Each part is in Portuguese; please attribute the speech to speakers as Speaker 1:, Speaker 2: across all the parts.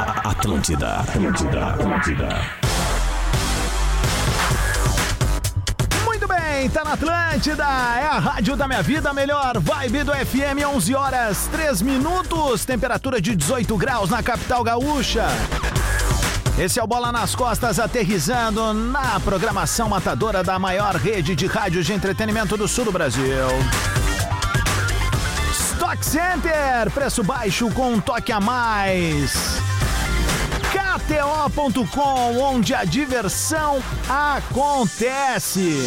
Speaker 1: Atlântida, Atlântida, Atlântida.
Speaker 2: Muito bem, tá na Atlântida, é a rádio da minha vida, a melhor vibe do FM, 11 horas 3 minutos, temperatura de 18 graus na capital gaúcha. Esse é o Bola nas Costas aterrizando na programação matadora da maior rede de rádios de entretenimento do sul do Brasil. Stock Center, preço baixo com um toque a mais. KTO.com, onde a diversão acontece.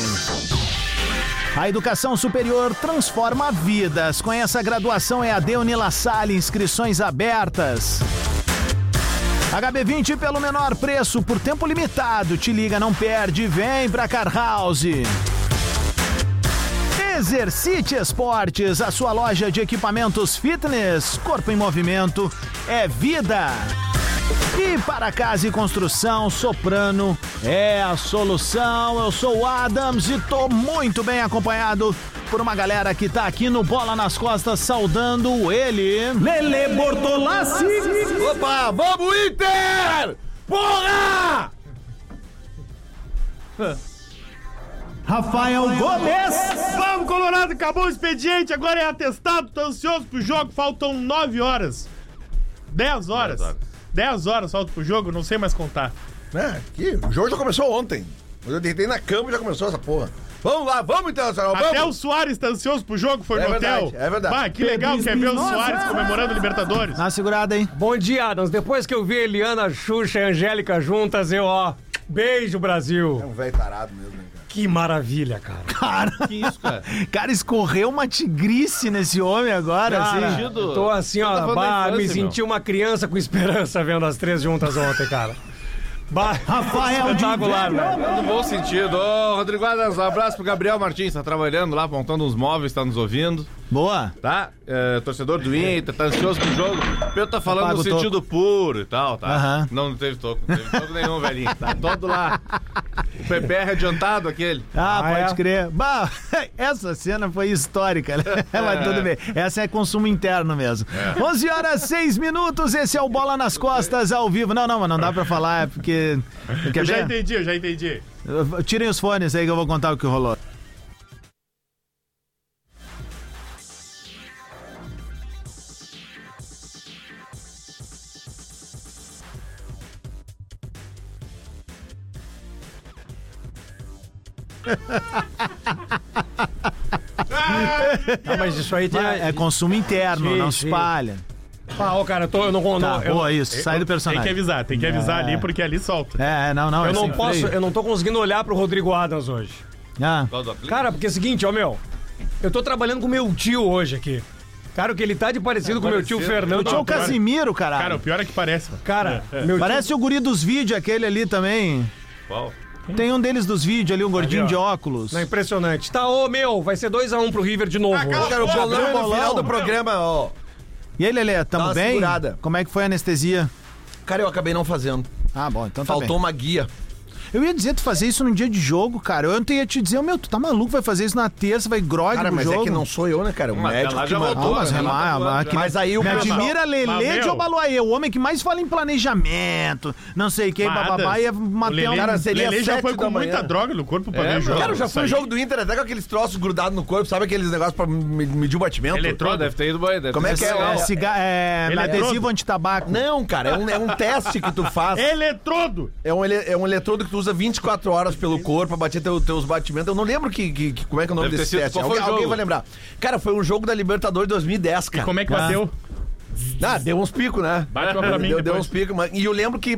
Speaker 2: A educação superior transforma vidas. Conheça a graduação EAD Unila Salle, inscrições abertas. HB20 pelo menor preço, por tempo limitado. Te liga, não perde, vem pra Car House. Exercite Esportes, a sua loja de equipamentos fitness, corpo em movimento, é vida. E para casa e construção, Soprano é a solução. Eu sou o Adams e tô muito bem acompanhado por uma galera que tá aqui no Bola nas Costas saudando ele.
Speaker 3: Lele Bortolassi! Opa, vamos Inter! Porra!
Speaker 2: Rafael Gomes.
Speaker 3: Vamos, Colorado, acabou o expediente, agora é atestado, tô ansioso pro jogo, faltam 9 horas. 10 horas. 10 horas falta pro jogo, não sei mais contar.
Speaker 4: Né? Que o jogo já começou ontem. Quando eu deitei na cama já começou essa porra. Vamos lá, vamos internacional, vamos!
Speaker 3: Até o Soares tá ansioso pro jogo, foi
Speaker 4: É
Speaker 3: no
Speaker 4: verdade,
Speaker 3: hotel.
Speaker 4: é verdade.
Speaker 3: Bah, que legal que é ver o
Speaker 5: Nossa!
Speaker 3: Soares comemorando a Libertadores.
Speaker 2: Dá uma segurada aí.
Speaker 5: Bom dia, Adams. Depois que eu vi Eliana, Xuxa e Angélica juntas, eu, ó. Beijo,
Speaker 4: É
Speaker 5: Brasil.
Speaker 4: um velho tarado mesmo, né, cara?
Speaker 5: Que maravilha, cara.
Speaker 2: Cara, cara, escorreu uma tigrice nesse homem agora, assim.
Speaker 5: cara eu tô assim, ó.
Speaker 6: falando
Speaker 5: bah,
Speaker 6: da infância,
Speaker 5: me senti uma criança com esperança vendo as três juntas ontem, cara. Bah,
Speaker 2: Rafael
Speaker 5: espetacular, velho.
Speaker 6: No bom sentido. Ô, Rodrigo Adams, um abraço pro Gabriel Martins, tá trabalhando lá, montando uns móveis, tá nos ouvindo,
Speaker 2: Boa.
Speaker 6: tá? É, torcedor do Inter, tá ansioso pro jogo. O Pedro tá falando
Speaker 2: Apaga
Speaker 6: no
Speaker 2: o toco.
Speaker 6: sentido puro e tal, tá?
Speaker 2: Aham.
Speaker 6: Não, não teve toco, não teve toco nenhum, velhinho. Tá todo lá. O PPR adiantado aquele.
Speaker 2: Ah,
Speaker 5: Ah,
Speaker 2: pode
Speaker 5: é?
Speaker 2: crer. Bah, essa cena foi histórica, né? mas tudo bem. Essa é consumo interno mesmo. 11 horas 6 minutos, esse é o Bola nas Costas ao vivo. Não, não, mas não dá pra falar, é porque... Quer
Speaker 3: Eu já
Speaker 2: ver?
Speaker 3: entendi, eu já entendi.
Speaker 2: Tirem os fones aí que eu vou contar o que rolou.
Speaker 5: Ah, mas isso aí tem.
Speaker 2: É consumo interno,
Speaker 5: Sim,
Speaker 2: não
Speaker 5: sim.
Speaker 2: espalha.
Speaker 5: Ah, ô, cara, eu, tô, eu não, não,
Speaker 2: Tá,
Speaker 5: eu,
Speaker 2: boa, isso. Sai do
Speaker 3: Tem que
Speaker 2: personagem.
Speaker 3: avisar, tem que avisar
Speaker 2: É.
Speaker 3: ali, porque ali solta.
Speaker 2: É, é, não, não. é
Speaker 5: eu não
Speaker 2: sem
Speaker 5: posso,
Speaker 2: freio.
Speaker 5: eu não tô conseguindo olhar pro Rodrigo Adams hoje.
Speaker 2: Ah,
Speaker 5: Cara, porque é o seguinte, ó, meu. Eu tô trabalhando com meu tio hoje aqui. Cara, o que ele tá de parecido com o meu tio
Speaker 6: parecido.
Speaker 5: Fernando.
Speaker 2: Tinha o Casimiro,
Speaker 3: Cara, o
Speaker 2: caralho.
Speaker 3: pior é que parece. mano.
Speaker 5: Cara, meu tio-
Speaker 2: Parece o guri dos vídeos, aquele ali também.
Speaker 6: Qual?
Speaker 2: Tem um deles dos vídeos ali, um gordinho
Speaker 5: ó.
Speaker 2: de óculos.
Speaker 5: Não, impressionante. Tá, ô, meu, vai ser 2x1 pro River de novo.
Speaker 4: Ô, cara, o bolão é no
Speaker 2: bolão.
Speaker 4: final do programa, ó.
Speaker 2: E aí, Lelê,
Speaker 4: Dá
Speaker 2: tamo
Speaker 4: uma
Speaker 2: bem?
Speaker 4: segurada.
Speaker 2: Como é que foi a anestesia?
Speaker 4: Cara, eu acabei não fazendo.
Speaker 2: Ah, bom, então tá
Speaker 4: Faltou
Speaker 2: bem.
Speaker 4: uma guia.
Speaker 2: Eu ia dizer tu fazer isso num dia de jogo, cara. Eu ontem ia te dizer, ô, meu, tu tá maluco, vai fazer isso na terça, vai grog
Speaker 4: Cara,
Speaker 2: pro
Speaker 4: mas
Speaker 2: jogo.
Speaker 4: é que não sou eu, né, cara? O
Speaker 6: Tá Mas
Speaker 4: médico
Speaker 6: ela
Speaker 4: que
Speaker 6: já
Speaker 4: mandou.
Speaker 6: voltou,
Speaker 2: Ah, mas
Speaker 6: né?
Speaker 2: é
Speaker 6: Ela
Speaker 2: má-
Speaker 6: tá voando
Speaker 2: má-
Speaker 6: já.
Speaker 2: que-
Speaker 4: Mas aí o
Speaker 2: Me
Speaker 4: pessoal-
Speaker 2: admira Lelê
Speaker 3: Mas,
Speaker 2: de
Speaker 3: meu-
Speaker 2: Obaloaê, o homem que mais fala em planejamento, não sei o que,
Speaker 3: Nada.
Speaker 2: bababá, ia
Speaker 3: O
Speaker 2: matar
Speaker 3: Lelê,
Speaker 2: um cara.
Speaker 4: seria
Speaker 3: Lelê já
Speaker 4: sete
Speaker 3: foi com
Speaker 4: da manhã.
Speaker 3: muita droga no corpo pra
Speaker 6: É,
Speaker 3: ver o
Speaker 6: mano.
Speaker 3: jogo.
Speaker 4: Cara, eu já fui
Speaker 3: Isso
Speaker 4: no
Speaker 3: aí.
Speaker 4: jogo do Inter até com aqueles troços grudados no corpo, sabe aqueles negócios pra me- medir o batimento?
Speaker 6: Eletrô, deve ter ido banho. deve
Speaker 4: Como
Speaker 6: ter
Speaker 4: é que é?
Speaker 6: sido-
Speaker 2: É, ciga- é,
Speaker 3: Ele é
Speaker 2: adesivo
Speaker 3: trodo.
Speaker 2: antitabaco.
Speaker 4: Não, cara, é um, é um teste que tu faz.
Speaker 3: Eletrodo!
Speaker 4: É um, ele- é um eletrodo que tu usa 24 horas pelo corpo pra bater teu- teus batimentos. Eu não lembro que, que- que- como é que é o nome
Speaker 6: Deve ter
Speaker 4: desse
Speaker 6: sido-
Speaker 4: teste.
Speaker 6: qual foi
Speaker 4: Alguém,
Speaker 6: o jogo?
Speaker 4: alguém vai lembrar. Cara, foi um jogo da Libertadores 2010, cara.
Speaker 3: Como é que bateu?
Speaker 4: Ah, deu uns picos, né?
Speaker 3: Bate uma pra mim
Speaker 4: deu, deu
Speaker 3: depois.
Speaker 4: uns picos, mas... E eu lembro que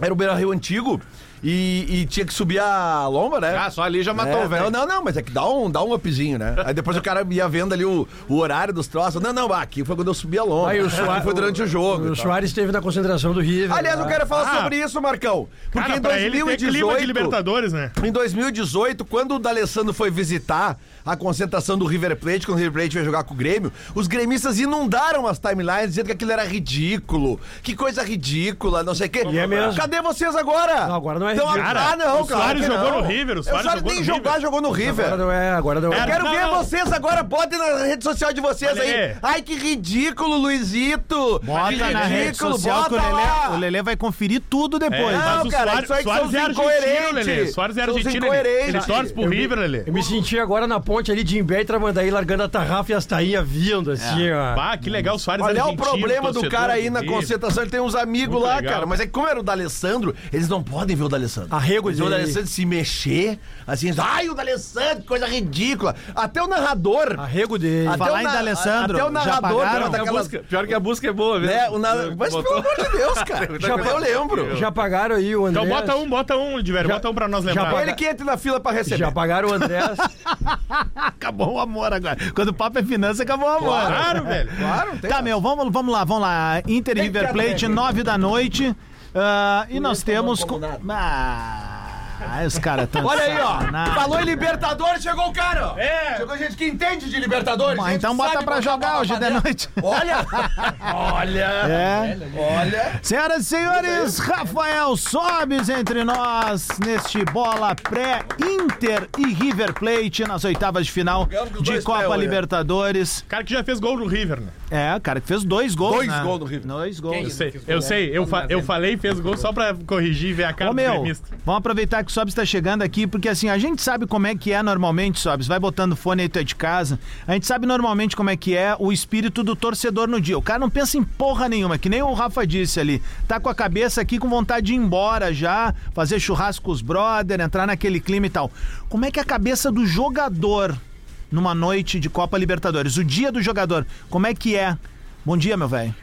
Speaker 4: era o Beira Rio antigo e, e tinha que subir a lomba, né?
Speaker 6: Ah, só ali já matou
Speaker 4: É,
Speaker 6: o velho.
Speaker 4: Não, não, não, mas é que dá um, dá um upzinho, né? Aí depois o cara ia vendo ali o, o horário dos troços. Não, não, ah, aqui foi quando eu subi a lomba.
Speaker 5: Aí o
Speaker 4: Aqui
Speaker 5: Soares-
Speaker 4: foi durante o, jogo. e
Speaker 5: O
Speaker 4: tal.
Speaker 5: Soares esteve na concentração do River.
Speaker 4: Aliás, eu quero falar sobre isso, Marcão. Porque
Speaker 3: Ah. Cara,
Speaker 4: em
Speaker 3: pra ele tem clima de
Speaker 4: 2018,
Speaker 3: Libertadores, né?
Speaker 4: Em 2018, quando o D'Alessandro foi visitar a concentração do River Plate, quando o River Plate veio jogar com o Grêmio, os gremistas inundaram as timelines dizendo que aquilo era ridículo, que coisa ridícula, não sei o quê.
Speaker 5: E é mesmo.
Speaker 4: Cadê vocês agora?
Speaker 5: Não, agora não é é
Speaker 4: Então,
Speaker 5: ridículo.
Speaker 4: ah, não,
Speaker 3: o
Speaker 4: claro
Speaker 3: Soares
Speaker 4: que não.
Speaker 3: jogou no River, o
Speaker 4: O Soares,
Speaker 3: Soares jogou
Speaker 4: nem
Speaker 3: no
Speaker 4: jogar,
Speaker 3: River.
Speaker 4: jogou no River.
Speaker 5: Agora não é, agora não
Speaker 3: Era-
Speaker 5: é.
Speaker 4: Quero
Speaker 3: Não,
Speaker 4: ver
Speaker 3: não.
Speaker 4: vocês agora, botem na rede social de vocês
Speaker 3: Olha
Speaker 4: aí.
Speaker 3: aí.
Speaker 4: Ai, que ridículo, Luizito. que
Speaker 2: Bota na rede
Speaker 4: ridículo,
Speaker 2: social que o
Speaker 4: bota lá.
Speaker 2: Lelê, o Lelê vai conferir tudo depois.
Speaker 4: É.
Speaker 3: Mas
Speaker 4: Não,
Speaker 3: o
Speaker 4: cara,
Speaker 3: Soares,
Speaker 4: isso aí que
Speaker 3: Soares
Speaker 4: são
Speaker 3: é
Speaker 4: os
Speaker 3: argentino,
Speaker 4: incoerentes.
Speaker 3: Lelê. Soares é
Speaker 4: São os
Speaker 3: argentino. Ele,
Speaker 4: incoerentes.
Speaker 3: ele torce pro River, Lelê.
Speaker 5: Eu me senti agora na ponte ali de Imbé e Tramandaí, largando a tarrafa e as tainhas vindo, assim, ó.
Speaker 3: Bah, que legal, o Soares
Speaker 4: Olha é o
Speaker 3: argentino,
Speaker 4: problema do
Speaker 3: um torcedor
Speaker 4: cara aí
Speaker 3: do
Speaker 4: na
Speaker 3: River.
Speaker 4: concentração. Ele tem uns amigos
Speaker 3: Muito
Speaker 4: lá,
Speaker 3: legal.
Speaker 4: cara. Mas é que como era o D'Alessandro, eles não podem ver o D'Alessandro.
Speaker 5: Arrego
Speaker 4: eles veem o
Speaker 5: dele.
Speaker 4: D'Alessandro se mexer, assim, eles, ai, o D'Alessandro, que coisa ridícula. Até o narrador.
Speaker 5: Arrego dele.
Speaker 4: até
Speaker 2: Falar
Speaker 4: o
Speaker 2: em
Speaker 4: na-
Speaker 2: D'Alessandro,
Speaker 4: Até o
Speaker 2: já
Speaker 4: narrador
Speaker 2: pagaram?
Speaker 4: dava
Speaker 6: A
Speaker 4: daquelas-
Speaker 6: busca- pior que a busca é boa, viu?
Speaker 4: né, o na- Mas pelo amor de Deus, cara.
Speaker 6: Já
Speaker 4: eu lembro.
Speaker 5: Já pagaram aí o André.
Speaker 3: Então bota um, bota um, Diver,
Speaker 5: Já-
Speaker 3: bota um pra nós
Speaker 5: já
Speaker 3: lembrar.
Speaker 5: paga-
Speaker 4: Ele que entra na fila pra receber.
Speaker 5: Já pagaram o André.
Speaker 2: Acabou o amor agora. Quando o papo é finança, acabou o amor.
Speaker 3: Claro, velho.
Speaker 4: Claro, tem.
Speaker 2: Tá, meu, vamos, vamos lá, vamos lá. Inter e River Plate, 9 da noite. Ah, e nós temos. co- Ah, os caras estão.
Speaker 4: Olha aí, ó. Falou em Libertadores, chegou o cara. ó.
Speaker 3: É.
Speaker 4: Chegou gente que entende de Libertadores. gente
Speaker 2: Então
Speaker 4: que tá
Speaker 2: bota
Speaker 4: sabe
Speaker 2: pra
Speaker 4: botar
Speaker 2: jogar
Speaker 4: bola
Speaker 2: hoje né? de
Speaker 4: pra dentro.
Speaker 2: noite.
Speaker 4: Olha! Olha!
Speaker 2: É.
Speaker 4: Olha!
Speaker 2: Senhoras e senhores, Rafael Sobes entre nós neste bola pré-Inter e River Plate nas oitavas de final
Speaker 4: Jogamos com os
Speaker 2: de
Speaker 4: dois né?
Speaker 2: Copa
Speaker 4: pés, olha.
Speaker 2: Libertadores.
Speaker 3: Cara que já fez gol no River, né?
Speaker 2: É, cara, que fez dois gols.
Speaker 4: Dois
Speaker 2: né?
Speaker 4: gols do River.
Speaker 2: Dois gols.
Speaker 3: Sei, eu sei, eu, fa- eu falei fez gol só pra corrigir e ver a cara
Speaker 2: Ô
Speaker 3: do
Speaker 2: meu,
Speaker 3: gremista.
Speaker 2: vamos aproveitar que o Sobs tá chegando aqui, porque assim, a gente sabe como é que é normalmente, Sobs, vai botando fone aí tu é de casa, a gente sabe normalmente como é que é o espírito do torcedor no dia, o cara não pensa em porra nenhuma, que nem o Rafa disse ali, tá com a cabeça aqui com vontade de ir embora já, fazer churrasco com os brother, entrar naquele clima e tal. Como é que é a cabeça do jogador numa noite de Copa Libertadores, o dia do jogador, como é que é? Bom dia, meu velho.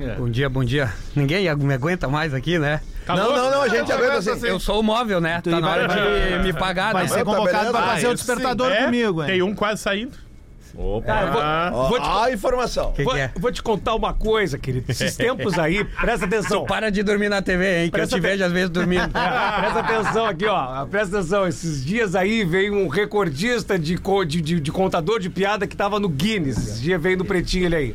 Speaker 5: É.
Speaker 7: Bom dia, bom dia. Ninguém me aguenta mais aqui, né?
Speaker 3: Tá
Speaker 4: Não, não,
Speaker 3: Ah,
Speaker 4: não, a gente aguenta assim.
Speaker 7: Eu sou o móvel, né? Tá na hora de me pagar,
Speaker 2: Vai
Speaker 7: né?
Speaker 2: ser
Speaker 4: tá
Speaker 2: convocado
Speaker 4: beleza.
Speaker 2: pra
Speaker 4: Ah,
Speaker 2: fazer o
Speaker 4: isso sim. é?
Speaker 2: despertador comigo, hein?
Speaker 3: Tem um quase saindo. Ah,
Speaker 5: Cara,
Speaker 4: Ó,
Speaker 5: vou, vou te,
Speaker 4: ó a informação.
Speaker 7: Que
Speaker 5: vou,
Speaker 7: que é?
Speaker 5: vou te contar uma coisa, querido. Esses tempos aí, presta atenção.
Speaker 7: Para de dormir na TV, hein? Que
Speaker 5: Presta
Speaker 7: eu te
Speaker 5: aten-
Speaker 7: vejo às vezes dormindo.
Speaker 4: Ah.
Speaker 5: Presta atenção aqui, ó. Presta atenção. Esses dias aí veio um recordista de, co- de, de- de contador de piada que tava no Guinness. Esses dias veio no pretinho ele aí.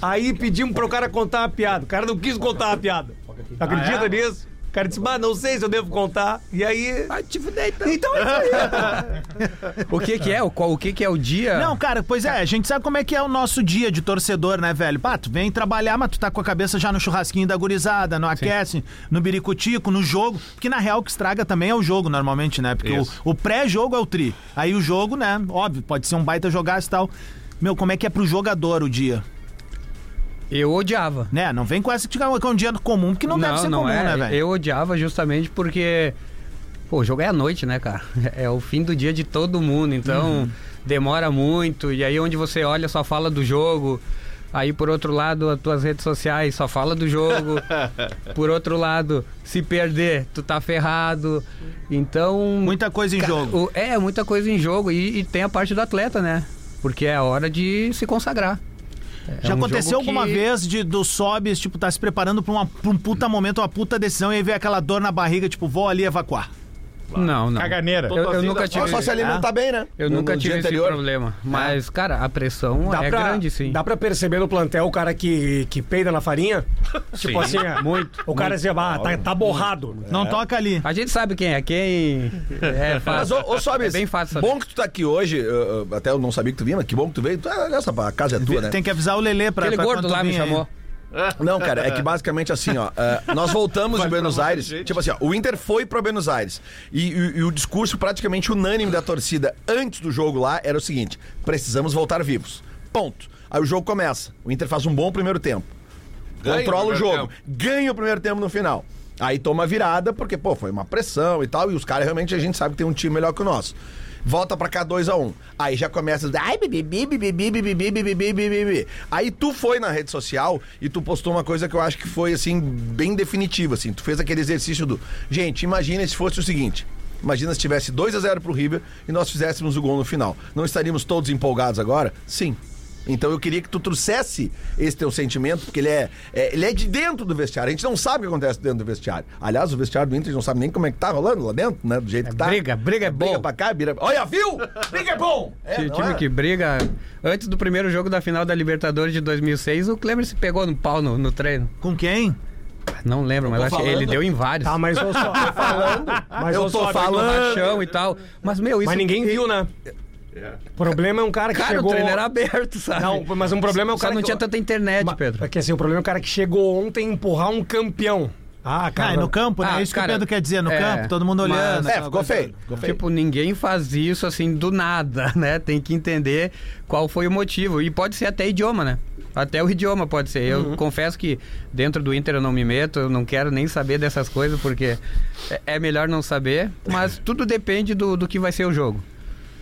Speaker 5: Aí pedimos pro cara contar a piada. O cara não quis contar a piada.
Speaker 4: Ah,
Speaker 5: Acredita
Speaker 4: é?
Speaker 5: nisso? O cara disse, mas não sei se eu devo contar. E aí.
Speaker 7: Ai, te fudei, então.
Speaker 5: Então é isso aí.
Speaker 7: O que que é? O, qual- o que que é o dia?
Speaker 2: Não, cara, pois é, a gente sabe como é que é o nosso dia de torcedor, né, velho? Pá, tu vem trabalhar, mas tu tá com a cabeça já no churrasquinho da gurizada, no aquece, no biricutico, no jogo. Porque na real o que estraga também é o jogo, normalmente, né? Porque o, o pré-jogo é o tri. Aí o jogo, né? Óbvio, pode ser um baita jogaço e tal. Meu, como é que é pro jogador o dia?
Speaker 7: Eu odiava.
Speaker 2: Né? Não vem com essa que é um dia comum, porque não, deve ser comum, né, velho?
Speaker 7: é. Eu odiava justamente porque. Pô, o jogo é à noite, né, cara? É o fim do dia de todo mundo, então
Speaker 2: Uhum.
Speaker 7: demora muito. E aí, onde você olha, só fala do jogo. Aí, por outro lado, as tuas redes sociais só fala do jogo. por outro lado, se perder, tu tá ferrado. Então.
Speaker 2: Muita coisa em
Speaker 7: Ca-
Speaker 2: jogo.
Speaker 7: o- é, muita coisa em jogo. E, e tem a parte do atleta, né? Porque é a hora de se consagrar. É
Speaker 2: Já
Speaker 7: um
Speaker 2: aconteceu
Speaker 7: jogo
Speaker 2: alguma
Speaker 7: que-
Speaker 2: vez de, do Sobs, tipo, tá se preparando pra, uma- pra um puta momento, uma puta decisão, e aí vem aquela dor na barriga, tipo, vou ali evacuar.
Speaker 7: Não, não.
Speaker 3: Caganeira.
Speaker 7: Eu- eu nunca tive. Ah.
Speaker 4: Ó, Só se alimentar bem, né?
Speaker 7: Eu
Speaker 4: No-
Speaker 7: nunca
Speaker 4: no
Speaker 7: tive
Speaker 4: dia
Speaker 7: esse
Speaker 4: anterior.
Speaker 7: problema. Mas, cara, a pressão
Speaker 5: É. Dá
Speaker 7: é
Speaker 5: pra,
Speaker 7: grande, sim.
Speaker 5: Dá pra perceber no plantel o cara que, que peida na farinha? Tipo assim, é,
Speaker 7: Muito.
Speaker 5: o cara assim, ah, tá, tá borrado.
Speaker 2: Não
Speaker 7: É.
Speaker 2: toca ali.
Speaker 7: A gente sabe quem é quem. É
Speaker 4: Mas,
Speaker 7: fácil.
Speaker 4: ô, ô Sobis,
Speaker 7: É bem fácil saber.
Speaker 4: bom que tu tá aqui hoje, eu- eu- até eu não sabia que tu vinha, mas que bom que tu veio. Tu, ah, essa a casa é tua, né?
Speaker 2: Tem que avisar o Lelê pra
Speaker 7: Aquele
Speaker 2: pra
Speaker 7: gordo
Speaker 2: quando
Speaker 7: lá me
Speaker 2: vir aí.
Speaker 7: chamou.
Speaker 5: É,
Speaker 4: Não, cara, é que basicamente assim, ó. eh, nós voltamos de Buenos Aires. Tipo assim, ó, o Inter foi pra Buenos Aires. E, e- e o discurso praticamente unânime da torcida antes do jogo lá era o seguinte: precisamos voltar vivos. Ponto. Aí o jogo começa. O Inter faz um bom primeiro tempo.
Speaker 6: Ganha
Speaker 4: controla o,
Speaker 6: o primeiro
Speaker 4: jogo.
Speaker 6: tempo.
Speaker 4: Ganha o primeiro tempo no final. Aí toma a virada, porque, pô, foi uma pressão e tal. E os caras realmente a gente sabe que tem um time melhor que o nosso. Volta pra cá 2x1. Um. Aí já começa. os- Ai, bibi, bibi, bibi, bibi, bibi, bibi, bibi, bibi. Aí tu foi na rede social e tu postou uma coisa que eu acho que foi, assim, bem definitiva, assim. Tu fez aquele exercício do. Gente, imagina se fosse o seguinte. Imagina se tivesse 2x0 pro River e nós fizéssemos o gol no final. Não estaríamos todos empolgados agora? Sim. Então eu queria que tu trouxesse esse teu sentimento, porque ele é, é- ele é de dentro do vestiário. A gente não sabe o que acontece dentro do vestiário. Aliás, o vestiário do Inter a gente não sabe nem como é que tá rolando lá dentro, né? Do jeito que tá.
Speaker 7: briga, briga é
Speaker 4: Briga
Speaker 7: bom.
Speaker 4: pra cá, briga. Olha, viu? Briga é bom! É,
Speaker 7: Ti-
Speaker 4: não
Speaker 7: time
Speaker 4: é?
Speaker 7: que briga. Antes do primeiro jogo da final da Libertadores de 2006, o Cleber se pegou no pau no, no treino.
Speaker 2: Com quem? Ah,
Speaker 7: Não lembro, mas acho que ele deu em vários.
Speaker 5: Tá, mas eu só. falando. Mas
Speaker 4: Eu
Speaker 5: ô,
Speaker 4: tô
Speaker 5: só,
Speaker 4: falando.
Speaker 7: Chão e tal. Mas, meu, isso.
Speaker 5: Mas ninguém viu, né? O problema é um cara que
Speaker 7: Cara,
Speaker 5: chegou.
Speaker 7: o trailer era aberto, sabe?
Speaker 5: Não, mas um problema é o
Speaker 7: Só
Speaker 5: cara
Speaker 7: não
Speaker 5: que-
Speaker 7: tinha tanta internet,
Speaker 5: Ma-
Speaker 7: Pedro.
Speaker 5: É que assim, o problema é o cara que chegou ontem empurrar um campeão. Ah,
Speaker 2: Ah,
Speaker 5: cara.
Speaker 2: e no campo, né?
Speaker 7: Ah,
Speaker 2: É isso que
Speaker 7: cara,
Speaker 2: o Pedro quer dizer, no
Speaker 7: é,
Speaker 2: campo, todo mundo
Speaker 7: mas-
Speaker 2: olhando.
Speaker 4: É,
Speaker 2: aquela
Speaker 4: ficou
Speaker 2: coisa.
Speaker 4: feio. Ficou feio.
Speaker 7: Tipo, ninguém faz isso assim do nada, né? Tem que entender qual foi o motivo. E pode ser até idioma, né? Até o idioma pode ser.
Speaker 2: Uhum.
Speaker 7: Eu confesso que dentro do Inter eu não me meto, eu não quero nem saber dessas coisas, porque é- é melhor não saber. Mas tudo depende do, do que vai ser o jogo.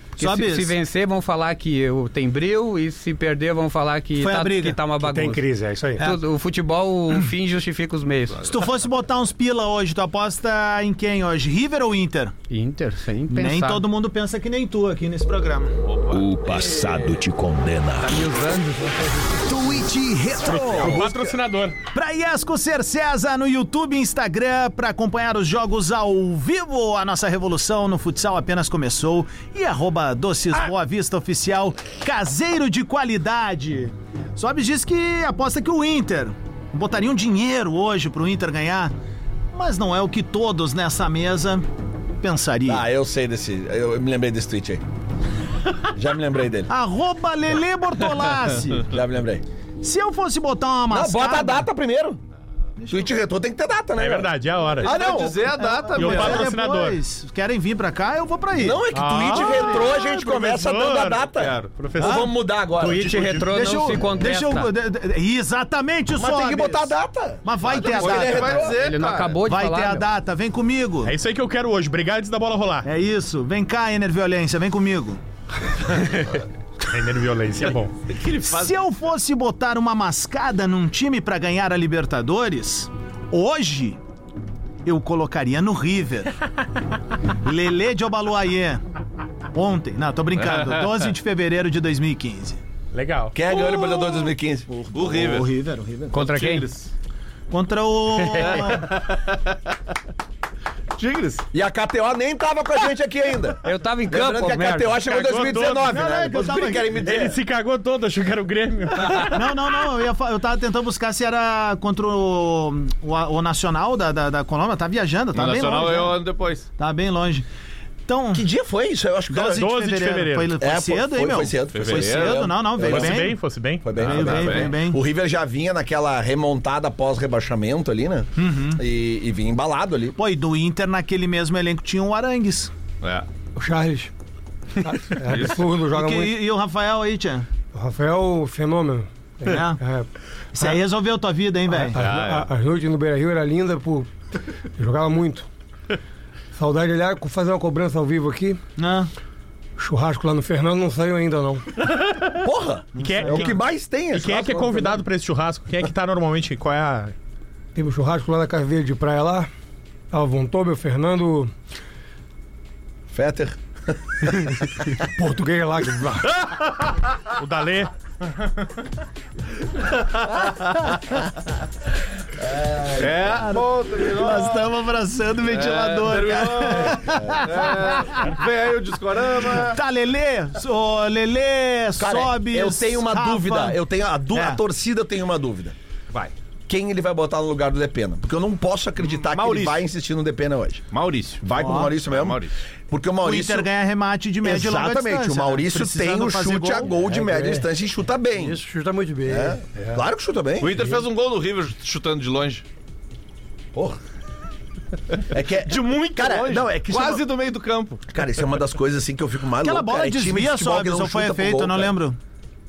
Speaker 7: Porque
Speaker 2: Sobe
Speaker 7: se,
Speaker 2: isso.
Speaker 7: se vencer, vão falar que eu- tem bril, e se perder, vão falar que,
Speaker 2: Foi a
Speaker 7: tá,
Speaker 2: briga.
Speaker 7: que tá uma
Speaker 5: Que tem
Speaker 7: bagunça.
Speaker 5: crise, é isso aí.
Speaker 7: Tudo- o futebol, o fim justifica os meios.
Speaker 2: Se tu fosse botar uns pila hoje, tu aposta em quem hoje? River ou Inter?
Speaker 7: Inter, sem pensar.
Speaker 2: Nem todo mundo pensa que nem tu aqui nesse programa.
Speaker 1: O passado te condena.
Speaker 7: Tá me usando. né? É um
Speaker 3: O patrocinador.
Speaker 2: Pra Iesco Ser César no YouTube e Instagram, pra acompanhar os jogos ao vivo, a nossa revolução no futsal apenas começou. E arroba Doces
Speaker 7: Ah.
Speaker 2: Boa Vista Oficial, caseiro de qualidade. Sobes diz que aposta que o Inter botaria um dinheiro hoje pro Inter ganhar, mas não é o que todos nessa mesa
Speaker 1: Tá,
Speaker 2: pensariam.
Speaker 4: Ah, eu sei desse. Eu eu me lembrei desse tweet aí. Já me lembrei dele.
Speaker 2: Arroba Lele Bortolassi.
Speaker 4: Já me lembrei.
Speaker 2: Se eu fosse botar uma
Speaker 4: Não,
Speaker 2: mascada...
Speaker 4: bota a data primeiro. Tweet retrô tem que ter data, né?
Speaker 3: É
Speaker 4: meu?
Speaker 3: verdade, é a hora.
Speaker 4: Ah, não.
Speaker 6: dizer a data,
Speaker 3: E o
Speaker 6: meu.
Speaker 2: É,
Speaker 3: patrocinador.
Speaker 2: depois, querem vir pra cá, eu vou pra aí.
Speaker 4: Não, é que tweet
Speaker 3: Ah,
Speaker 4: retrô a gente começa
Speaker 3: professor.
Speaker 4: dando a data.
Speaker 6: Quero.
Speaker 4: Ou
Speaker 3: Professor.
Speaker 4: vamos mudar agora.
Speaker 7: Tweet retrô
Speaker 2: Deixa
Speaker 7: não
Speaker 2: eu,
Speaker 7: se contesta.
Speaker 2: deixa eu, de- de- exatamente o
Speaker 4: Mas tem que botar a data.
Speaker 2: Mas vai ter a
Speaker 6: é
Speaker 4: depois ele
Speaker 2: data.
Speaker 4: vai
Speaker 2: cara.
Speaker 4: dizer,
Speaker 7: Ele não acabou de
Speaker 2: Vai
Speaker 7: falar.
Speaker 2: ter a
Speaker 7: meu.
Speaker 2: data, vem comigo.
Speaker 3: É isso aí que eu quero hoje. Brigar antes da bola rolar.
Speaker 2: É isso, vem cá, Ener Violência, vem comigo.
Speaker 3: Render violência é bom.
Speaker 2: Se eu fosse botar uma mascada num time pra ganhar a Libertadores, hoje eu colocaria no River. Lele de Obaluayê. Ontem, não, tô brincando, 12 de fevereiro de 2015.
Speaker 3: Legal.
Speaker 4: Quem é ganhou o Libertadores 2015?
Speaker 6: O River.
Speaker 2: O River, o River.
Speaker 7: Contra quem?
Speaker 6: Tigres.
Speaker 2: Contra o.
Speaker 6: Tigres.
Speaker 4: E a KTO nem tava com a gente aqui ainda.
Speaker 7: Eu tava em É um campo,
Speaker 4: Lembrando que é a
Speaker 7: merda.
Speaker 4: KTO chegou em
Speaker 3: Cagou
Speaker 4: 2019,
Speaker 3: todo.
Speaker 4: né?
Speaker 3: Caraca, eu
Speaker 4: Vocês
Speaker 3: tava-
Speaker 4: querem me
Speaker 3: Ele
Speaker 4: dizer.
Speaker 3: se cagou todo, achou que era o Grêmio.
Speaker 2: Não, não, não. Eu, ia fa- eu tava tentando buscar se era contra o, o, o Nacional da, da, da Colômbia. Tá viajando, tá
Speaker 6: o
Speaker 2: bem
Speaker 6: Nacional
Speaker 2: longe.
Speaker 6: é um
Speaker 2: né?
Speaker 6: ano depois.
Speaker 2: Tá bem longe. Então,
Speaker 4: Que dia foi isso? Eu acho que
Speaker 2: 12,
Speaker 4: cara,
Speaker 3: 12 de
Speaker 2: de fevereiro.
Speaker 3: fevereiro.
Speaker 2: Foi, foi
Speaker 4: é, pô,
Speaker 2: cedo, hein,
Speaker 4: foi,
Speaker 2: meu?
Speaker 4: Foi cedo. Foi,
Speaker 2: Foi
Speaker 6: Fevereiro.
Speaker 2: cedo, não, não. Veio
Speaker 3: Fosse
Speaker 2: bem.
Speaker 3: Tá bem, fosse bem.
Speaker 4: Foi bem,
Speaker 2: Veio
Speaker 4: foi bem.
Speaker 2: bem, veio bem.
Speaker 4: O River já vinha naquela remontada pós-rebaixamento ali, né? E, e vinha embalado ali.
Speaker 2: Pô, e do Inter, naquele mesmo elenco, tinha o Arangues.
Speaker 6: É.
Speaker 5: O Charles. É absurdo,
Speaker 2: E,
Speaker 5: joga
Speaker 2: que-
Speaker 5: muito.
Speaker 2: e- e o Rafael aí, Tia?
Speaker 5: O Rafael, fenômeno.
Speaker 2: É.
Speaker 5: É,
Speaker 2: Isso aí resolveu tua vida, hein,
Speaker 3: Ah, tá.
Speaker 2: velho?
Speaker 5: a, a, as noites no Beira Rio era linda, pô. Eu jogava muito. Saudade, aliás, com fazer uma cobrança ao vivo aqui.
Speaker 2: Né?
Speaker 5: Churrasco lá no Fernando não saiu ainda, não.
Speaker 4: Porra!
Speaker 3: Quem é,
Speaker 4: É o
Speaker 3: quem-
Speaker 4: que mais tem.
Speaker 3: e quem é que é convidado pra esse churrasco? Quem é que tá normalmente? Qual é a.
Speaker 5: Teve um churrasco lá na Caveira de Praia lá. Tava Von Tobel, Fernando,
Speaker 4: Fetter.
Speaker 5: português lá. que-
Speaker 3: O Dalê?
Speaker 6: É.
Speaker 2: Nós tá estamos abraçando o ventilador, cara.
Speaker 6: É. Vem aí o
Speaker 3: É.
Speaker 6: discorama.
Speaker 2: Tá, Lelê? Ô, Lelê,
Speaker 4: Cara,
Speaker 2: sobe.
Speaker 4: eu tenho uma
Speaker 2: Rafa.
Speaker 4: dúvida. Eu tenho a, du-
Speaker 2: É.
Speaker 4: a torcida tem uma dúvida.
Speaker 6: Vai.
Speaker 4: Quem ele vai botar no lugar do Depena? Porque eu não posso acreditar que ele
Speaker 6: Maurício.
Speaker 4: vai insistir no Depena hoje.
Speaker 6: Maurício.
Speaker 4: Vai com o Maurício mesmo?
Speaker 6: Maurício.
Speaker 4: Porque o
Speaker 2: O
Speaker 4: Maurício.
Speaker 2: Inter ganha remate de média e longa
Speaker 4: Exatamente,
Speaker 2: distância,
Speaker 4: o
Speaker 2: né?
Speaker 4: Maurício tem
Speaker 2: Precisando
Speaker 4: o
Speaker 2: fazer
Speaker 4: chute a gol de
Speaker 5: É,
Speaker 4: média
Speaker 5: é.
Speaker 4: distância e chuta bem.
Speaker 5: Isso, chuta muito bem.
Speaker 4: É. Claro que chuta bem.
Speaker 6: O Inter fez um gol no River chutando de longe.
Speaker 4: Porra. É que é,
Speaker 6: De muito
Speaker 4: Cara,
Speaker 6: longe.
Speaker 4: não, é que isso
Speaker 6: Quase
Speaker 4: é
Speaker 6: do meio do campo.
Speaker 4: cara, isso é uma das coisas assim que eu fico mais
Speaker 2: Aquela
Speaker 4: louco,
Speaker 2: bola
Speaker 4: cara. É time de
Speaker 2: desvia
Speaker 4: futebol
Speaker 2: só,
Speaker 4: que não
Speaker 2: só foi
Speaker 4: chuta pro
Speaker 2: efeito,
Speaker 4: gol,
Speaker 2: eu não
Speaker 4: cara.
Speaker 2: lembro.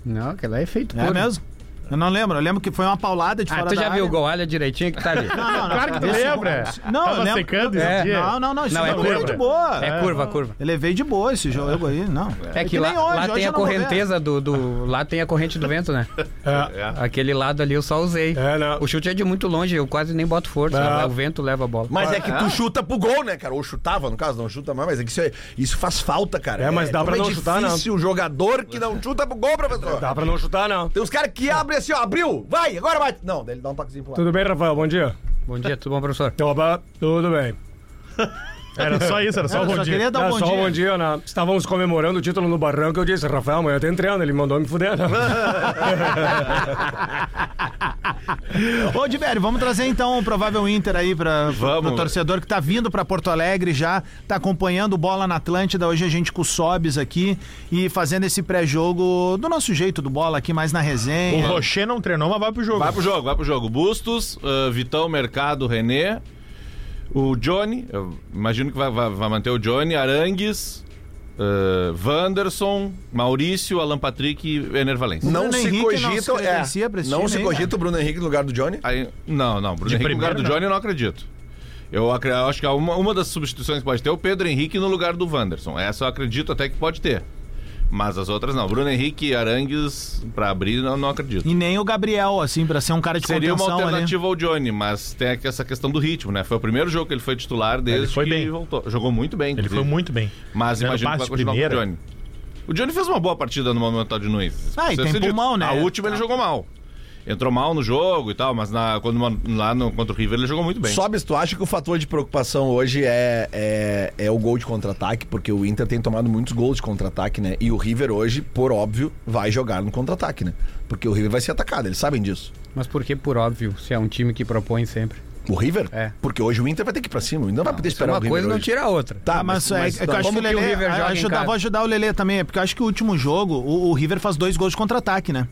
Speaker 7: Não, aquilo lá é feito
Speaker 2: É mesmo? Eu não lembro, eu lembro que foi uma paulada de
Speaker 7: Ah,
Speaker 2: fora
Speaker 7: tu
Speaker 2: da
Speaker 7: já
Speaker 2: área.
Speaker 7: viu o gol, olha direitinho que tá ali.
Speaker 2: Não, não, não.
Speaker 3: Claro que tu
Speaker 2: Esse-
Speaker 3: lembra.
Speaker 2: Não, eu
Speaker 3: Tava
Speaker 2: lembro.
Speaker 3: secando esse
Speaker 7: É.
Speaker 3: dia.
Speaker 2: Não, não, não, isso
Speaker 7: Não, é
Speaker 2: não foi
Speaker 7: curva.
Speaker 2: de boa.
Speaker 7: É curva, curva.
Speaker 2: Eu levei de boa esse jogo aí, não.
Speaker 7: É que, lá, lá tem a correnteza do, do- Lá tem a corrente do vento, né?
Speaker 3: É.
Speaker 7: Aquele lado ali eu só usei.
Speaker 5: É, não.
Speaker 7: O chute é de muito longe, eu quase nem boto força.
Speaker 5: Não.
Speaker 7: né? O vento leva a bola.
Speaker 4: Mas é que tu chuta pro gol, né, cara? Ou chutava, no caso, não chuta mais, mas é que isso, é- isso faz falta, cara.
Speaker 5: É, mas dá pra
Speaker 4: como
Speaker 5: não chutar, não.
Speaker 4: É difícil o jogador que não chuta pro gol, professor.
Speaker 5: Dá pra não chutar, não.
Speaker 4: Tem uns caras que abrem assim, ó, abriu, vai, agora bate. Não, daí ele
Speaker 5: É,
Speaker 4: dá um toquezinho pro lado.
Speaker 5: Então, Tudo bem, Rafael? Bom dia.
Speaker 7: Bom dia, tudo bom, professor?
Speaker 5: Opa, tudo bem.
Speaker 3: Era só isso, era só o
Speaker 2: Eu só
Speaker 3: bom dia.
Speaker 2: queria dar um
Speaker 5: Ah,
Speaker 2: bom
Speaker 5: só
Speaker 2: dia.
Speaker 5: um bom dia, né? Estávamos comemorando o título no Barranco. Eu disse, Rafael, amanhã eu tô entrando. Ele mandou me fuder. né?
Speaker 2: Ô, Diverio, vamos trazer então o provável Inter aí para
Speaker 6: Vamos.
Speaker 2: o torcedor que tá vindo para Porto Alegre já, tá acompanhando o Bola na Atlântida. Hoje a gente com o Sobes aqui e fazendo esse pré-jogo do nosso jeito do bola aqui, mais na
Speaker 3: O
Speaker 2: resenha.
Speaker 3: Rocher não treinou, mas vai pro jogo.
Speaker 6: Vai pro jogo, vai pro jogo. Bustos, ah, Vitão, Mercado, René, o Johnny, eu imagino que vai, vai- vai manter o Johnny, Arangues, ah, Wanderson, Maurício, Alan Patrick e Ener Valência.
Speaker 4: Não
Speaker 2: Bruno
Speaker 4: se
Speaker 2: Henrique não se
Speaker 4: cogita. é,
Speaker 2: credencia pra esse
Speaker 4: não
Speaker 2: time
Speaker 4: se
Speaker 2: aí,
Speaker 4: cogita o Bruno Henrique no lugar do Johnny.
Speaker 6: Aí- não, não, Bruno
Speaker 3: De
Speaker 6: Henrique no lugar
Speaker 3: primeiro,
Speaker 6: do
Speaker 3: não.
Speaker 6: Johnny eu não acredito. Eu, acre- eu acho que uma, uma das substituições que pode ter é o Pedro Henrique no lugar do Wanderson. Essa eu acredito até que pode ter. Mas as outras não. Bruno Henrique e Arangues, pra abrir, eu não acredito.
Speaker 2: E nem o Gabriel, assim, para ser um cara de
Speaker 6: Seria uma
Speaker 2: contenção ali.
Speaker 6: alternativa ao Johnny, mas tem aqui essa questão do ritmo, né? Foi o primeiro jogo que ele foi titular desde
Speaker 3: foi
Speaker 6: que
Speaker 3: bem.
Speaker 6: voltou. Jogou muito bem,
Speaker 3: Ele foi
Speaker 6: inclusive.
Speaker 3: muito bem.
Speaker 6: Mas
Speaker 3: Dando
Speaker 6: imagino que vai
Speaker 3: passe de
Speaker 6: continuar com o
Speaker 3: primeira.
Speaker 6: Johnny. O Johnny fez uma boa partida no Monumental de Nunes.
Speaker 2: Ah, e
Speaker 6: Isso
Speaker 2: tem
Speaker 6: se dito.
Speaker 2: pulmão, né?
Speaker 6: A última ele jogou mal. Entrou mal no jogo e tal, mas na- quando, lá no, contra o River ele jogou muito bem.
Speaker 4: Sobes, tu acha que o fator de preocupação hoje é, é, é o gol de contra-ataque? Porque o Inter tem tomado muitos gols de contra-ataque, né? E o River hoje, por óbvio, vai jogar no contra-ataque, né? Porque o River vai ser atacado, eles sabem disso.
Speaker 7: Mas por que por óbvio, se é um time que propõe sempre?
Speaker 4: O River?
Speaker 7: É.
Speaker 4: Porque hoje o Inter vai ter que ir pra cima, não, vai poder
Speaker 7: Isso é
Speaker 4: esperar
Speaker 7: uma
Speaker 4: o River
Speaker 7: coisa não
Speaker 4: hoje.
Speaker 7: tira a outra.
Speaker 4: Tá,
Speaker 2: Ah, mas, é, é que eu acho que
Speaker 7: como
Speaker 2: o
Speaker 7: que o
Speaker 2: Lelê.
Speaker 7: River joga em
Speaker 2: ajudar,
Speaker 7: casa?
Speaker 2: vou ajudar o Lelê também, é porque eu acho que o último jogo, o, o River faz dois gols de contra-ataque, né?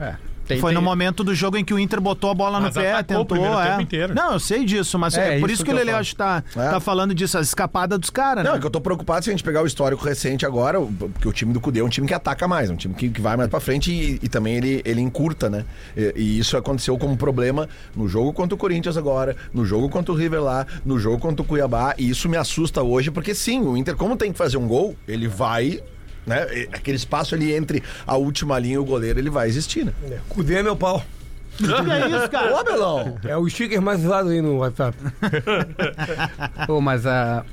Speaker 7: É. Tem-
Speaker 2: Foi
Speaker 7: tem-
Speaker 2: no momento do jogo em que o Inter botou a bola
Speaker 3: Mas
Speaker 2: no pé,
Speaker 3: atacou o
Speaker 2: tentou.
Speaker 3: primeiro
Speaker 2: é.
Speaker 3: tempo inteiro.
Speaker 2: Não, eu sei disso, mas é,
Speaker 7: É,
Speaker 2: por
Speaker 7: isso
Speaker 2: isso que,
Speaker 7: que
Speaker 2: o
Speaker 7: eu
Speaker 2: Lelê
Speaker 7: falo.
Speaker 2: acho que tá,
Speaker 4: É.
Speaker 2: tá falando disso, as escapadas dos caras, né?
Speaker 4: Não, é que eu tô preocupado se a gente pegar o histórico recente agora, o- porque o time do Cudê é um time que ataca mais, é um time que, que vai mais pra frente e, e também ele, ele encurta, né? E, e isso aconteceu como problema no jogo contra o Corinthians agora, no jogo contra o River lá, no jogo contra o Cuiabá, e isso me assusta hoje, porque sim, o Inter, como tem que fazer um gol, ele vai. Né? E- Aquele espaço ali entre a última linha e o goleiro, ele vai existir, né?
Speaker 5: Cudê é meu pau.
Speaker 2: é isso, cara.
Speaker 4: Ô, Belão!
Speaker 5: É o sticker mais usado aí no WhatsApp.
Speaker 7: Pô, mas ah,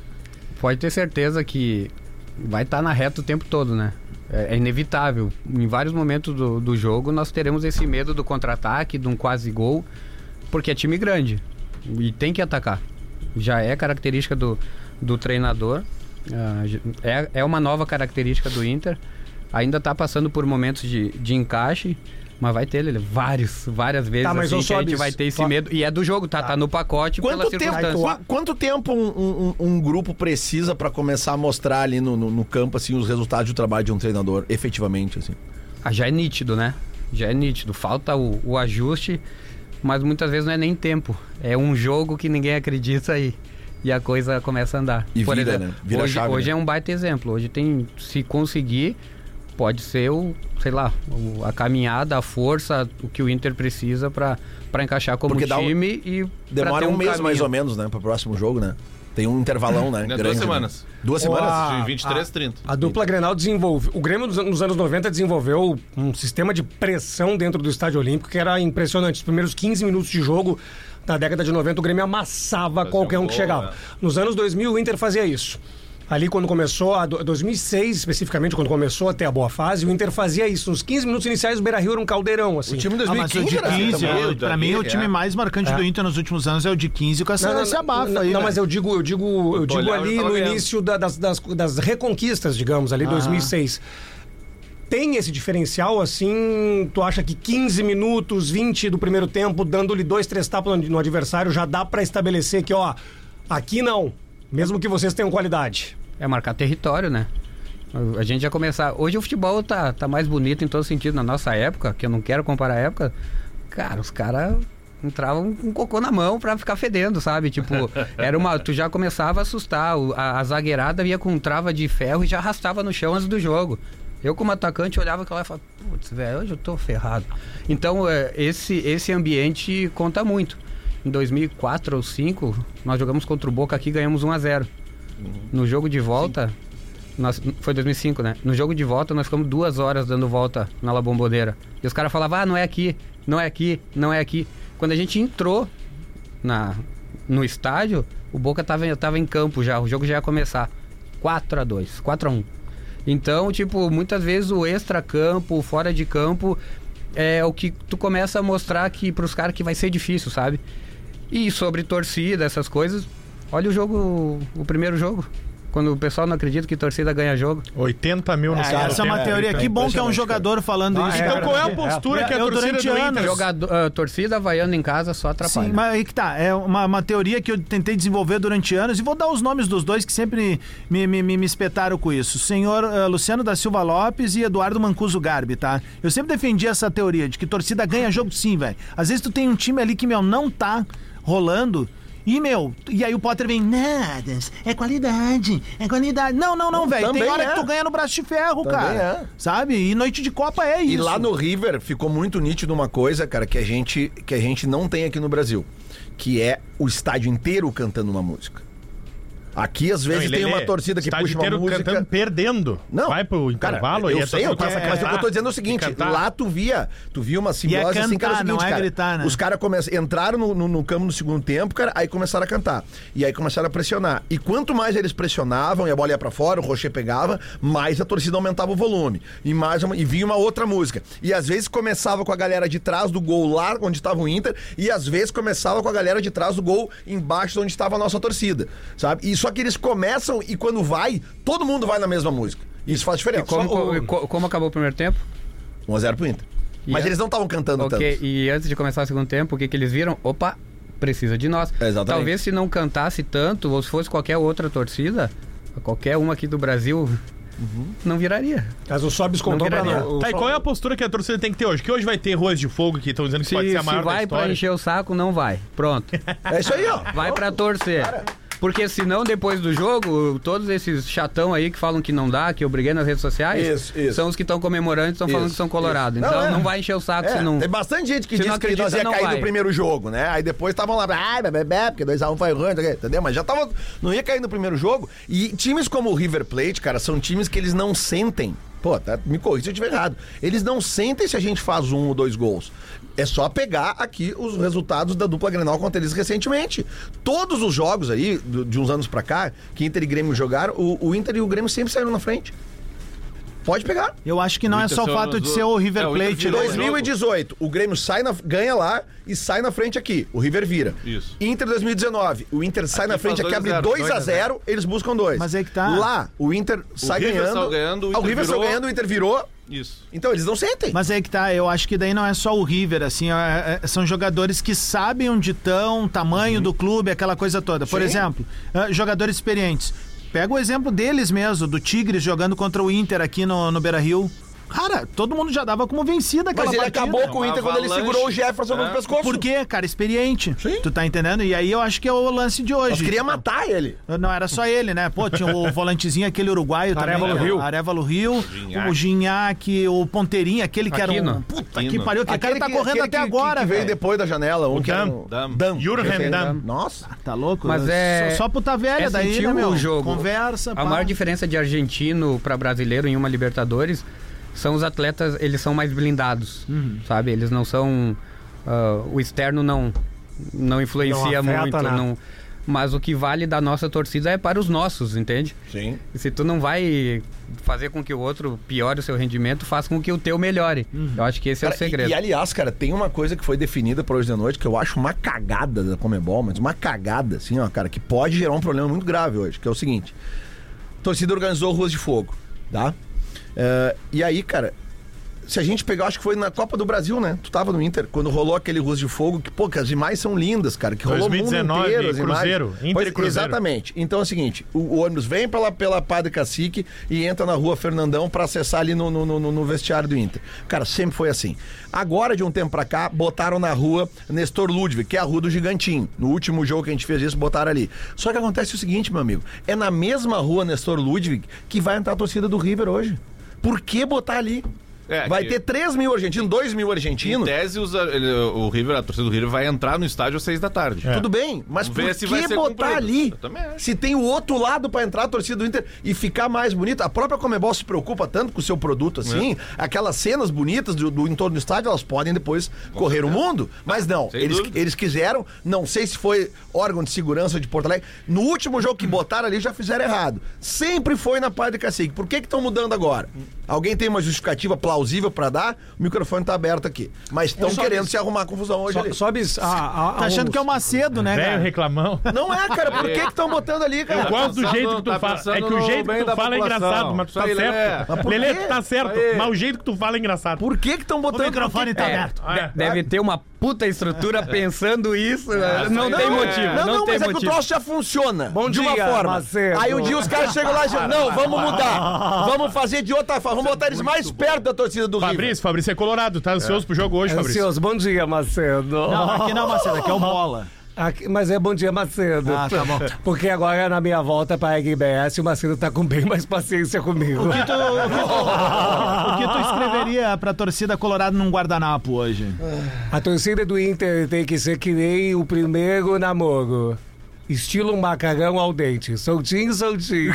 Speaker 7: pode ter certeza que vai estar na reta o tempo todo, né? É, é inevitável. Em vários momentos do, do jogo, nós teremos esse medo do contra-ataque, de um quase gol, porque é time grande e tem que atacar. Já é característica do, do treinador, ah, j- é, é uma nova característica do Inter. Ainda tá passando por momentos de, de encaixe, mas vai ter Lelê, vários, várias vezes
Speaker 5: mas
Speaker 7: assim,
Speaker 5: ô,
Speaker 7: que a gente
Speaker 5: Sobis,
Speaker 7: vai ter esse
Speaker 5: só-
Speaker 7: medo. E é do jogo, tá, tá no pacote
Speaker 4: Quanto
Speaker 7: pela
Speaker 4: tempo, Tá, então,
Speaker 7: circunstância.
Speaker 4: qua- quanto tempo um, um- um grupo precisa pra começar a mostrar ali no, no- no campo assim, os resultados do trabalho de um treinador, efetivamente? Assim?
Speaker 7: Ah, já é nítido, né? Já é nítido. Falta o, o ajuste, mas muitas vezes não é nem tempo. É um jogo que ninguém acredita aí. E a coisa começa a andar.
Speaker 4: E vira, né? Vira
Speaker 7: hoje,
Speaker 4: chave,
Speaker 7: hoje
Speaker 4: né?
Speaker 7: é um baita exemplo. Hoje tem, se conseguir, pode ser o, sei lá, o- a caminhada, a força, o que o Inter precisa pra pra encaixar como
Speaker 4: Porque dá um-
Speaker 7: time e pra
Speaker 4: Demora
Speaker 7: ter
Speaker 4: um, mês
Speaker 7: caminho.
Speaker 4: mais ou menos, né? Pro próximo jogo, né? Tem um intervalão, né?
Speaker 6: Né, duas
Speaker 4: grande, né?
Speaker 6: semanas.
Speaker 4: Duas semanas?
Speaker 5: Ah,
Speaker 6: de 23, 30.
Speaker 5: A dupla Grenal desenvolveu. O Grêmio nos, an- nos anos 90 desenvolveu um sistema de pressão dentro do Estádio Olímpico que era impressionante. Os primeiros 15 minutos de jogo na década de 90, o Grêmio amassava
Speaker 6: um
Speaker 5: qualquer um que
Speaker 6: gol,
Speaker 5: chegava.
Speaker 6: né?
Speaker 5: Nos anos 2000, o Inter fazia isso. Ali, quando começou, a do- 2006 especificamente, quando começou até a boa fase, o Inter fazia isso. Nos 15 minutos iniciais, o Beira Rio era um caldeirão, assim.
Speaker 4: O time
Speaker 2: Ah, mas o
Speaker 4: 2015
Speaker 2: de
Speaker 4: era assim
Speaker 2: 15,
Speaker 4: também.
Speaker 6: também.
Speaker 2: é, pra mim, é o
Speaker 6: É.
Speaker 2: time mais marcante do Inter nos últimos anos é o de 15, com essa,
Speaker 5: Não, não,
Speaker 2: esse abafa
Speaker 5: não,
Speaker 2: aí.
Speaker 5: não,
Speaker 2: né?
Speaker 5: mas eu digo, eu digo, eu digo
Speaker 6: Olhar,
Speaker 5: ali
Speaker 6: eu tava
Speaker 5: no
Speaker 6: ganhando.
Speaker 5: início da- das, das, das reconquistas, digamos,
Speaker 2: Ah.
Speaker 5: ali 2006. Tem esse diferencial, assim, tu acha que 15 minutos, 20 do primeiro tempo, dando-lhe dois, três tapas no, no adversário, já dá pra estabelecer que, ó, aqui não, mesmo que vocês tenham qualidade.
Speaker 7: É marcar território, né? A gente já começar. Hoje o futebol tá, tá mais bonito em todo sentido. Na nossa época, que eu não quero comparar a época, cara, os caras entravam com cocô na mão pra ficar fedendo, sabe? Tipo, era uma. Tu já começava a assustar. o- A, a zagueirada ia com trava de ferro e já arrastava no chão antes do jogo. Eu, como atacante, olhava aquela e falava, putz, velho, hoje eu tô ferrado. Então, é, esse, esse ambiente conta muito. Em 2004 ou 2005, nós jogamos contra o Boca aqui e ganhamos 1 a 0 no jogo de volta, nós, foi 2005, né? No jogo de volta, nós ficamos duas horas dando volta na La Bomboneira. E os caras falavam, ah, não é aqui, não é aqui, não é aqui. Quando a gente entrou na, no estádio, o Boca tava, em- tava em campo já, o jogo já ia começar. 4 a 2 4 a 1 Então, tipo, muitas vezes o extra-campo, o fora de campo, é o que tu começa a mostrar que pros caras que vai ser difícil, sabe? E sobre torcida, essas coisas, Olha o jogo, o primeiro jogo. Quando o pessoal não acredita que torcida ganha jogo.
Speaker 3: 80 mil no segundo
Speaker 2: Essa é uma
Speaker 3: tempo.
Speaker 2: teoria. Ah, Que bom que é um
Speaker 4: impressionante,
Speaker 2: jogador falando isso.
Speaker 3: Então
Speaker 2: cara.
Speaker 3: qual é a postura que a
Speaker 2: Eu,
Speaker 3: torcida
Speaker 2: durante
Speaker 3: do Inter...
Speaker 2: anos-
Speaker 7: Jogador, ah, torcida vaiando em casa só atrapalha.
Speaker 2: Sim, mas aí que tá. É uma, uma teoria que eu tentei desenvolver durante anos e vou dar os nomes dos dois que sempre me, me, me, me espetaram com isso. Senhor eh, Luciano da Silva Lopes e Eduardo Mancuso Garbi, tá? Eu sempre defendi essa teoria de que torcida ganha jogo sim, velho. Às vezes tu tem um time ali que, meu, não tá rolando. E, meu, e aí o Potter vem, nada, é qualidade, é qualidade. Não, não, não, velho. Tem
Speaker 4: Também
Speaker 2: hora
Speaker 4: é.
Speaker 2: que tu ganha no braço de ferro,
Speaker 4: Também
Speaker 2: cara.
Speaker 4: é.
Speaker 2: Sabe? E noite de Copa é isso.
Speaker 4: E lá no River ficou muito nítido uma coisa, cara, que a gente, que a gente não tem aqui no Brasil, que é o estádio inteiro cantando uma música. Aqui às vezes tem uma torcida que puxa uma música.
Speaker 3: cantando, perdendo.
Speaker 4: Não.
Speaker 3: Vai pro
Speaker 4: cara,
Speaker 3: intervalo tá
Speaker 4: eu
Speaker 3: e é a
Speaker 4: sei, eu
Speaker 3: torcida
Speaker 4: passa,
Speaker 3: começa a
Speaker 4: mas o que eu tô
Speaker 3: cantar.
Speaker 4: dizendo é o seguinte,
Speaker 3: cantar.
Speaker 4: lá tu via, tu via uma simbiose assim, cara, é o
Speaker 2: cantar,
Speaker 4: seguinte,
Speaker 2: não é
Speaker 4: cara,
Speaker 2: gritar, né?
Speaker 4: os caras começam, entraram no, no, no campo no segundo tempo, cara, aí começaram a cantar, e aí começaram a pressionar, e quanto mais eles pressionavam, e a bola ia pra fora, o Rocher pegava, mais a torcida aumentava o volume, e mais uma- e vinha uma outra música, e às vezes começava com a galera de trás do gol lá, onde estava o Inter, e às vezes começava com a galera de trás do gol, embaixo de onde estava a nossa torcida, sabe, e só que eles começam, e quando vai, todo mundo vai na mesma música, isso faz diferença.
Speaker 7: Como,
Speaker 4: Só um, o-
Speaker 7: co- co- como acabou o primeiro tempo?
Speaker 4: 1x0 pro Inter. Mas
Speaker 7: E é?
Speaker 4: eles não estavam cantando
Speaker 7: Ok,
Speaker 4: tanto.
Speaker 7: e antes de começar o segundo tempo, o que, que eles viram? Opa, precisa de nós.
Speaker 4: Exatamente.
Speaker 7: Talvez se não cantasse tanto, ou se fosse qualquer outra torcida, qualquer uma aqui do Brasil,
Speaker 4: Uhum.
Speaker 7: não viraria.
Speaker 5: Mas o Sobis
Speaker 7: contou
Speaker 5: contou
Speaker 7: pra
Speaker 5: pra
Speaker 7: nós.
Speaker 5: nós.
Speaker 3: Tá, e qual é a postura que a torcida tem que ter hoje? Que hoje vai ter ruas de fogo que estão dizendo que
Speaker 7: Se,
Speaker 3: pode ser a
Speaker 7: se
Speaker 3: maior da
Speaker 7: vai pra
Speaker 3: história.
Speaker 7: encher o saco, não vai. Pronto.
Speaker 4: É isso aí, ó.
Speaker 7: Vai pra torcer. Porque senão, depois do jogo, todos esses chatão aí que falam que não dá, que eu briguei nas redes sociais,
Speaker 4: Isso, isso.
Speaker 7: são os que estão comemorando e estão falando
Speaker 4: Isso,
Speaker 7: que são colorados.
Speaker 4: isso.
Speaker 7: Então
Speaker 4: Não,
Speaker 7: não,
Speaker 4: é.
Speaker 7: vai encher o saco
Speaker 4: É,
Speaker 7: se não.
Speaker 4: Tem bastante gente que
Speaker 7: se
Speaker 4: diz
Speaker 7: não
Speaker 4: que nós
Speaker 7: acredita,
Speaker 4: ia
Speaker 7: não
Speaker 4: cair
Speaker 7: vai.
Speaker 4: no primeiro jogo, né? Aí depois estavam lá, ah, bebê, bebê, porque 2x1 foi ruim, não sei o quê", entendeu? Mas já tava. Não ia cair no primeiro jogo. E times como o River Plate, cara, são times que eles não sentem. Pô, tá, me corrija se eu estiver errado. Eles não sentem se a gente faz um ou dois gols. É só pegar aqui os resultados da dupla Grenal contra eles recentemente. Todos os jogos aí, do- de uns anos pra cá, que Inter e Grêmio jogaram, o, o Inter e o Grêmio sempre saíram na frente. Pode pegar.
Speaker 2: Eu acho que não é
Speaker 6: Inter
Speaker 2: só o
Speaker 6: saiu
Speaker 2: fato
Speaker 6: nas
Speaker 2: de
Speaker 6: duas-
Speaker 2: ser o
Speaker 6: É,
Speaker 2: River
Speaker 6: o Inter
Speaker 2: Plate.
Speaker 6: virou
Speaker 2: né?
Speaker 6: o jogo.
Speaker 4: 2018, o Grêmio sai na- ganha lá e sai na frente aqui. O River vira.
Speaker 6: Isso.
Speaker 4: Inter 2019, o Inter sai
Speaker 6: Aqui
Speaker 4: na frente
Speaker 6: faz
Speaker 4: aqui, abre
Speaker 6: 2
Speaker 4: 2 a
Speaker 6: a 0,
Speaker 4: 0 eles buscam dois.
Speaker 2: Mas aí que tá.
Speaker 4: Lá, o Inter sai
Speaker 6: River
Speaker 4: ganhando.
Speaker 6: saiu ganhando, o
Speaker 4: Ah, o
Speaker 6: Inter
Speaker 4: River saiu
Speaker 6: virou.
Speaker 4: ganhando, o Inter virou.
Speaker 6: Isso.
Speaker 4: Então eles não sentem.
Speaker 2: Mas é que tá, eu acho que daí não é só o River, assim, é- é- são jogadores que sabem onde estão, tamanho do clube, aquela coisa toda. Por
Speaker 4: Uhum. Sim.
Speaker 2: exemplo, ah, jogadores experientes. Pega o exemplo deles mesmo, do Tigres jogando contra o Inter aqui no, no Beira Rio. Cara, todo mundo já dava como vencida aquela
Speaker 4: Mas ele
Speaker 2: partida.
Speaker 4: acabou com o
Speaker 6: É Uma
Speaker 4: Inter quando ele
Speaker 6: avalanche.
Speaker 4: segurou o Jefferson
Speaker 6: É.
Speaker 4: no pescoço.
Speaker 2: Por quê, cara? Experiente.
Speaker 4: Sim.
Speaker 2: Tu tá entendendo? E aí eu acho que é o lance de
Speaker 4: Nós
Speaker 2: hoje.
Speaker 4: queria matar ele.
Speaker 2: Não era só ele, né? Pô, tinha o volantezinho, aquele uruguaio
Speaker 5: Arévalo
Speaker 2: também. né?
Speaker 5: Rio.
Speaker 2: Arevalo Rio. O Ginhaque, o Ponteirinha, aquele que era um.
Speaker 7: Aquino.
Speaker 2: Puta que
Speaker 6: Aquino.
Speaker 2: pariu, que cara tá correndo
Speaker 4: aquele
Speaker 2: até
Speaker 4: que-
Speaker 2: agora,
Speaker 4: que veio
Speaker 2: velho.
Speaker 4: depois da janela. um O
Speaker 3: Dam.
Speaker 6: Dam. é
Speaker 3: Jurgen Damm.
Speaker 4: Nossa.
Speaker 2: Tá louco?
Speaker 7: Mas é-
Speaker 2: Só, só puta velha
Speaker 7: é
Speaker 2: daí,
Speaker 7: sentir
Speaker 2: né, meu?
Speaker 7: o jogo.
Speaker 2: Conversa,
Speaker 7: A maior diferença de argentino pra brasileiro em uma Libertadores são os atletas, eles são mais blindados, sabe? Eles não são ah, o externo não não influencia
Speaker 5: Não afeta
Speaker 7: muito,
Speaker 5: nada.
Speaker 7: não. Mas o que vale da nossa torcida é para os nossos, entende?
Speaker 4: Sim.
Speaker 7: E se tu não vai fazer com que o outro piore o seu rendimento, faz com que o teu melhore. Eu acho que esse é
Speaker 4: Cara,
Speaker 7: o
Speaker 4: e-
Speaker 7: segredo.
Speaker 4: E, aliás, cara, tem uma coisa que foi definida pra hoje de noite que eu acho uma cagada da Comebol, mas uma cagada, assim, ó, cara, que pode gerar um problema muito grave hoje, que é o seguinte: a torcida organizou Ruas de Fogo, tá? É, e aí, cara, se a gente pegar, acho que foi na Copa do Brasil, né? Tu tava no Inter, quando rolou aquele Ruas de Fogo, que, pô, que as imagens são lindas, cara, que rolou o mundo
Speaker 3: 2019,
Speaker 4: inteiro as imagens.
Speaker 3: Cruzeiro, Inter e
Speaker 4: Pois,
Speaker 3: Cruzeiro.
Speaker 4: Exatamente. Então é o seguinte, o, o ônibus vem pela, pela Padre Cacique e entra na rua Fernandão pra acessar ali no, no, no- no vestiário do Inter. Cara, sempre foi assim. Agora, de um tempo pra cá, botaram na rua Nestor Ludwig, que é a rua do Gigantinho. No último jogo que a gente fez isso, botaram ali. Só que acontece o seguinte, meu amigo, é na mesma rua Nestor Ludwig que vai entrar a torcida do River hoje. Por que botar ali?
Speaker 6: É,
Speaker 4: vai
Speaker 6: que-
Speaker 4: ter 3 mil argentinos, 2 mil
Speaker 6: Em
Speaker 4: argentinos.
Speaker 6: tese, os- ele- o River, a torcida do River vai entrar no estádio às seis da tarde.
Speaker 4: Tudo bem, mas
Speaker 6: Vamos ver
Speaker 4: por
Speaker 6: se
Speaker 4: que
Speaker 6: vai ser
Speaker 4: botar
Speaker 6: cumprido.
Speaker 4: ali?
Speaker 6: Eu também acho.
Speaker 4: Se tem o outro lado pra entrar a torcida do Inter e ficar mais bonita. A própria Comebol se preocupa tanto com o seu produto assim,
Speaker 6: É.
Speaker 4: aquelas cenas bonitas do, do entorno do estádio, elas podem depois correr o mundo. Mas não,
Speaker 6: Ah, sem
Speaker 4: eles,
Speaker 6: dúvida.
Speaker 4: eles quiseram, não sei se foi órgão de segurança de Porto Alegre. No último jogo que botaram ali já fizeram errado. Sempre foi na Padre Cacique. Por que que estão mudando agora? Alguém tem uma justificativa plausível pra dar? O microfone tá aberto aqui. Mas estão querendo se arrumar confusão hoje ali.
Speaker 5: So, sobes a, a,
Speaker 2: Tá achando que é o Macedo, né,
Speaker 3: Velho
Speaker 2: cara?
Speaker 3: reclamão.
Speaker 4: Não é, cara. Por que estão botando ali, cara?
Speaker 3: Eu gosto do
Speaker 6: pensando-
Speaker 3: jeito que tu
Speaker 6: tá
Speaker 3: fala. É que
Speaker 6: pensando
Speaker 3: o
Speaker 6: no
Speaker 3: jeito
Speaker 6: bem
Speaker 3: que tu
Speaker 6: da
Speaker 3: fala é
Speaker 6: população.
Speaker 3: engraçado, mas tu tá
Speaker 6: Isso aí, Lelé.
Speaker 3: certo.
Speaker 4: Mas por
Speaker 3: Lelê,
Speaker 4: quê?
Speaker 3: tu tá certo,
Speaker 6: Isso aí.
Speaker 3: mas o jeito que tu fala é engraçado.
Speaker 4: Por que estão
Speaker 2: O
Speaker 4: botando
Speaker 2: microfone tá aberto.
Speaker 3: É.
Speaker 7: Deve ter uma puta estrutura pensando isso. né? não
Speaker 6: aí
Speaker 7: tem
Speaker 6: é-
Speaker 7: motivo.
Speaker 4: Não,
Speaker 7: Não,
Speaker 4: não,
Speaker 7: tem
Speaker 4: mas é que o
Speaker 7: motivo.
Speaker 4: troço já funciona.
Speaker 5: Bom
Speaker 4: de
Speaker 5: dia,
Speaker 4: uma forma.
Speaker 5: Macedo.
Speaker 4: Aí um dia os caras chegam lá e dizem, não, vamos mudar. Vamos fazer de outra forma. Vamos botar eles mais perto da torcida do River.
Speaker 3: Fabrício, Fabrício é colorado, tá ansioso pro jogo
Speaker 5: É
Speaker 3: hoje, Fabrício.
Speaker 5: Ansioso, bom dia, Macedo.
Speaker 2: Não, aqui não é o Macedo, aqui é o Mola.
Speaker 5: Aqui- mas é bom dia, Macedo.
Speaker 2: Ah, tá bom.
Speaker 5: Porque agora na minha volta pra RBS, o Macedo tá com bem mais paciência comigo.
Speaker 2: Tu- o, que tu, o que tu escreveria pra torcida colorada num guardanapo hoje?
Speaker 5: A torcida do Inter tem que ser que nem o primeiro namoro. Estilo um macarrão ao dente. Soltinho, soltinho.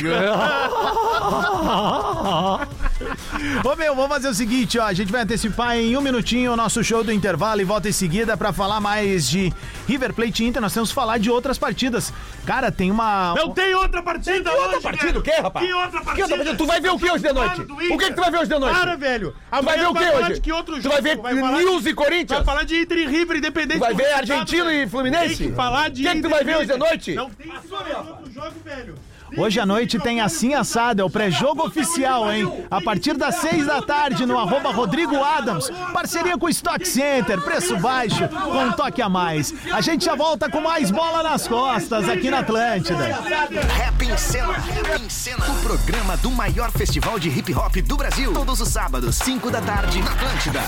Speaker 2: Ô meu, vamos fazer o seguinte, ó. A gente vai antecipar em um minutinho o nosso show do intervalo e volta em seguida pra falar mais de River Plate e Inter. Nós temos que falar de outras partidas. Cara, tem uma.
Speaker 3: Não tem outra partida
Speaker 4: Tem outra
Speaker 3: hoje,
Speaker 4: partida,
Speaker 3: velho.
Speaker 4: o quê, rapaz?
Speaker 3: Tem outra
Speaker 4: Que
Speaker 3: partida.
Speaker 4: outra partida? Tu vai ver o que hoje de noite?
Speaker 3: Claro, do Inter.
Speaker 4: O que, que tu vai ver hoje de noite?
Speaker 3: Para, velho.
Speaker 4: tu vai ver o
Speaker 3: tu
Speaker 4: que
Speaker 3: falar
Speaker 4: hoje?
Speaker 3: de que outro
Speaker 4: tu vai
Speaker 3: jogo?
Speaker 4: ver
Speaker 3: falar de-
Speaker 4: News e
Speaker 3: Vai
Speaker 4: Corinthians?
Speaker 3: falar de Inter e River, independente
Speaker 4: Vai
Speaker 3: do
Speaker 4: ver
Speaker 3: resultado,
Speaker 4: Argentina
Speaker 3: velho.
Speaker 4: e Fluminense?
Speaker 3: Tem que falar de
Speaker 4: O que é que tu
Speaker 3: Inter
Speaker 4: vai
Speaker 3: e
Speaker 4: ver hoje
Speaker 3: River.
Speaker 4: à noite?
Speaker 3: Não tem que falar de outro jogo, velho.
Speaker 2: Hoje à noite tem assim assado, é o pré-jogo oficial, hein? A partir das seis da tarde no arroba Rodrigo Adams. Parceria com o Stock Center, preço baixo, com um toque a mais. A gente já volta com mais bola nas costas aqui na Atlântida.
Speaker 8: Rap em Cena. Rap em Cena. O programa do maior festival de hip hop do Brasil. Todos os sábados, 5 da tarde, na Atlântida.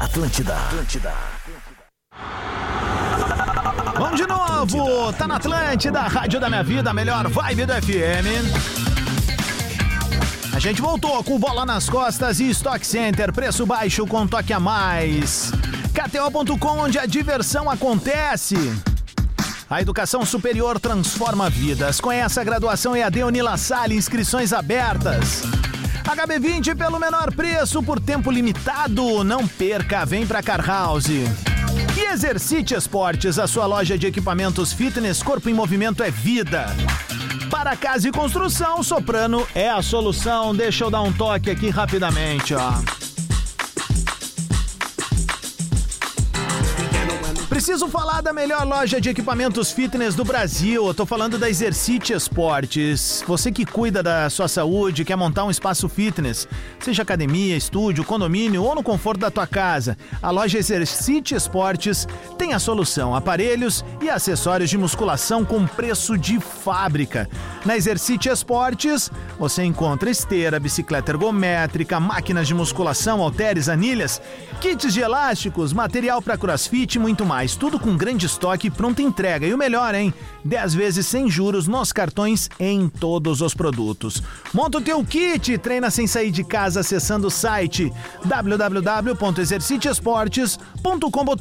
Speaker 8: Atlântida. Atlântida.
Speaker 2: Vamos de novo, tá na Atlântida, Rádio da Minha Vida, a melhor vibe do FM. A gente voltou com bola nas costas e Stock Center, preço baixo com um toque a mais. KTO.com, onde a diversão acontece. A educação superior transforma vidas. Conheça a graduação EAD Unila Salle, inscrições abertas. HB20 pelo menor preço, por tempo limitado. Não perca, vem pra Car House. E Exercite Esportes, a sua loja de equipamentos fitness, corpo em movimento é vida. Para casa e construção, Soprano é a solução. Deixa eu dar um toque aqui rapidamente, ó. Preciso falar da melhor loja de equipamentos fitness do Brasil. Eu tô falando da Exercite Esportes. Você que cuida da sua saúde, quer montar um espaço fitness, seja academia, estúdio, condomínio ou no conforto da tua casa, a loja Exercite Esportes tem a solução: aparelhos e acessórios de musculação com preço de fábrica. Na Exercite Esportes, você encontra esteira, bicicleta ergométrica, máquinas de musculação, halteres, anilhas, kits de elásticos, material para crossfit e muito mais. Tudo com grande estoque e pronta entrega. E o melhor, hein? 10 vezes sem juros nos cartões em todos os produtos. Monta o teu kit e treina sem sair de casa acessando o site www.exercitesportes.com.br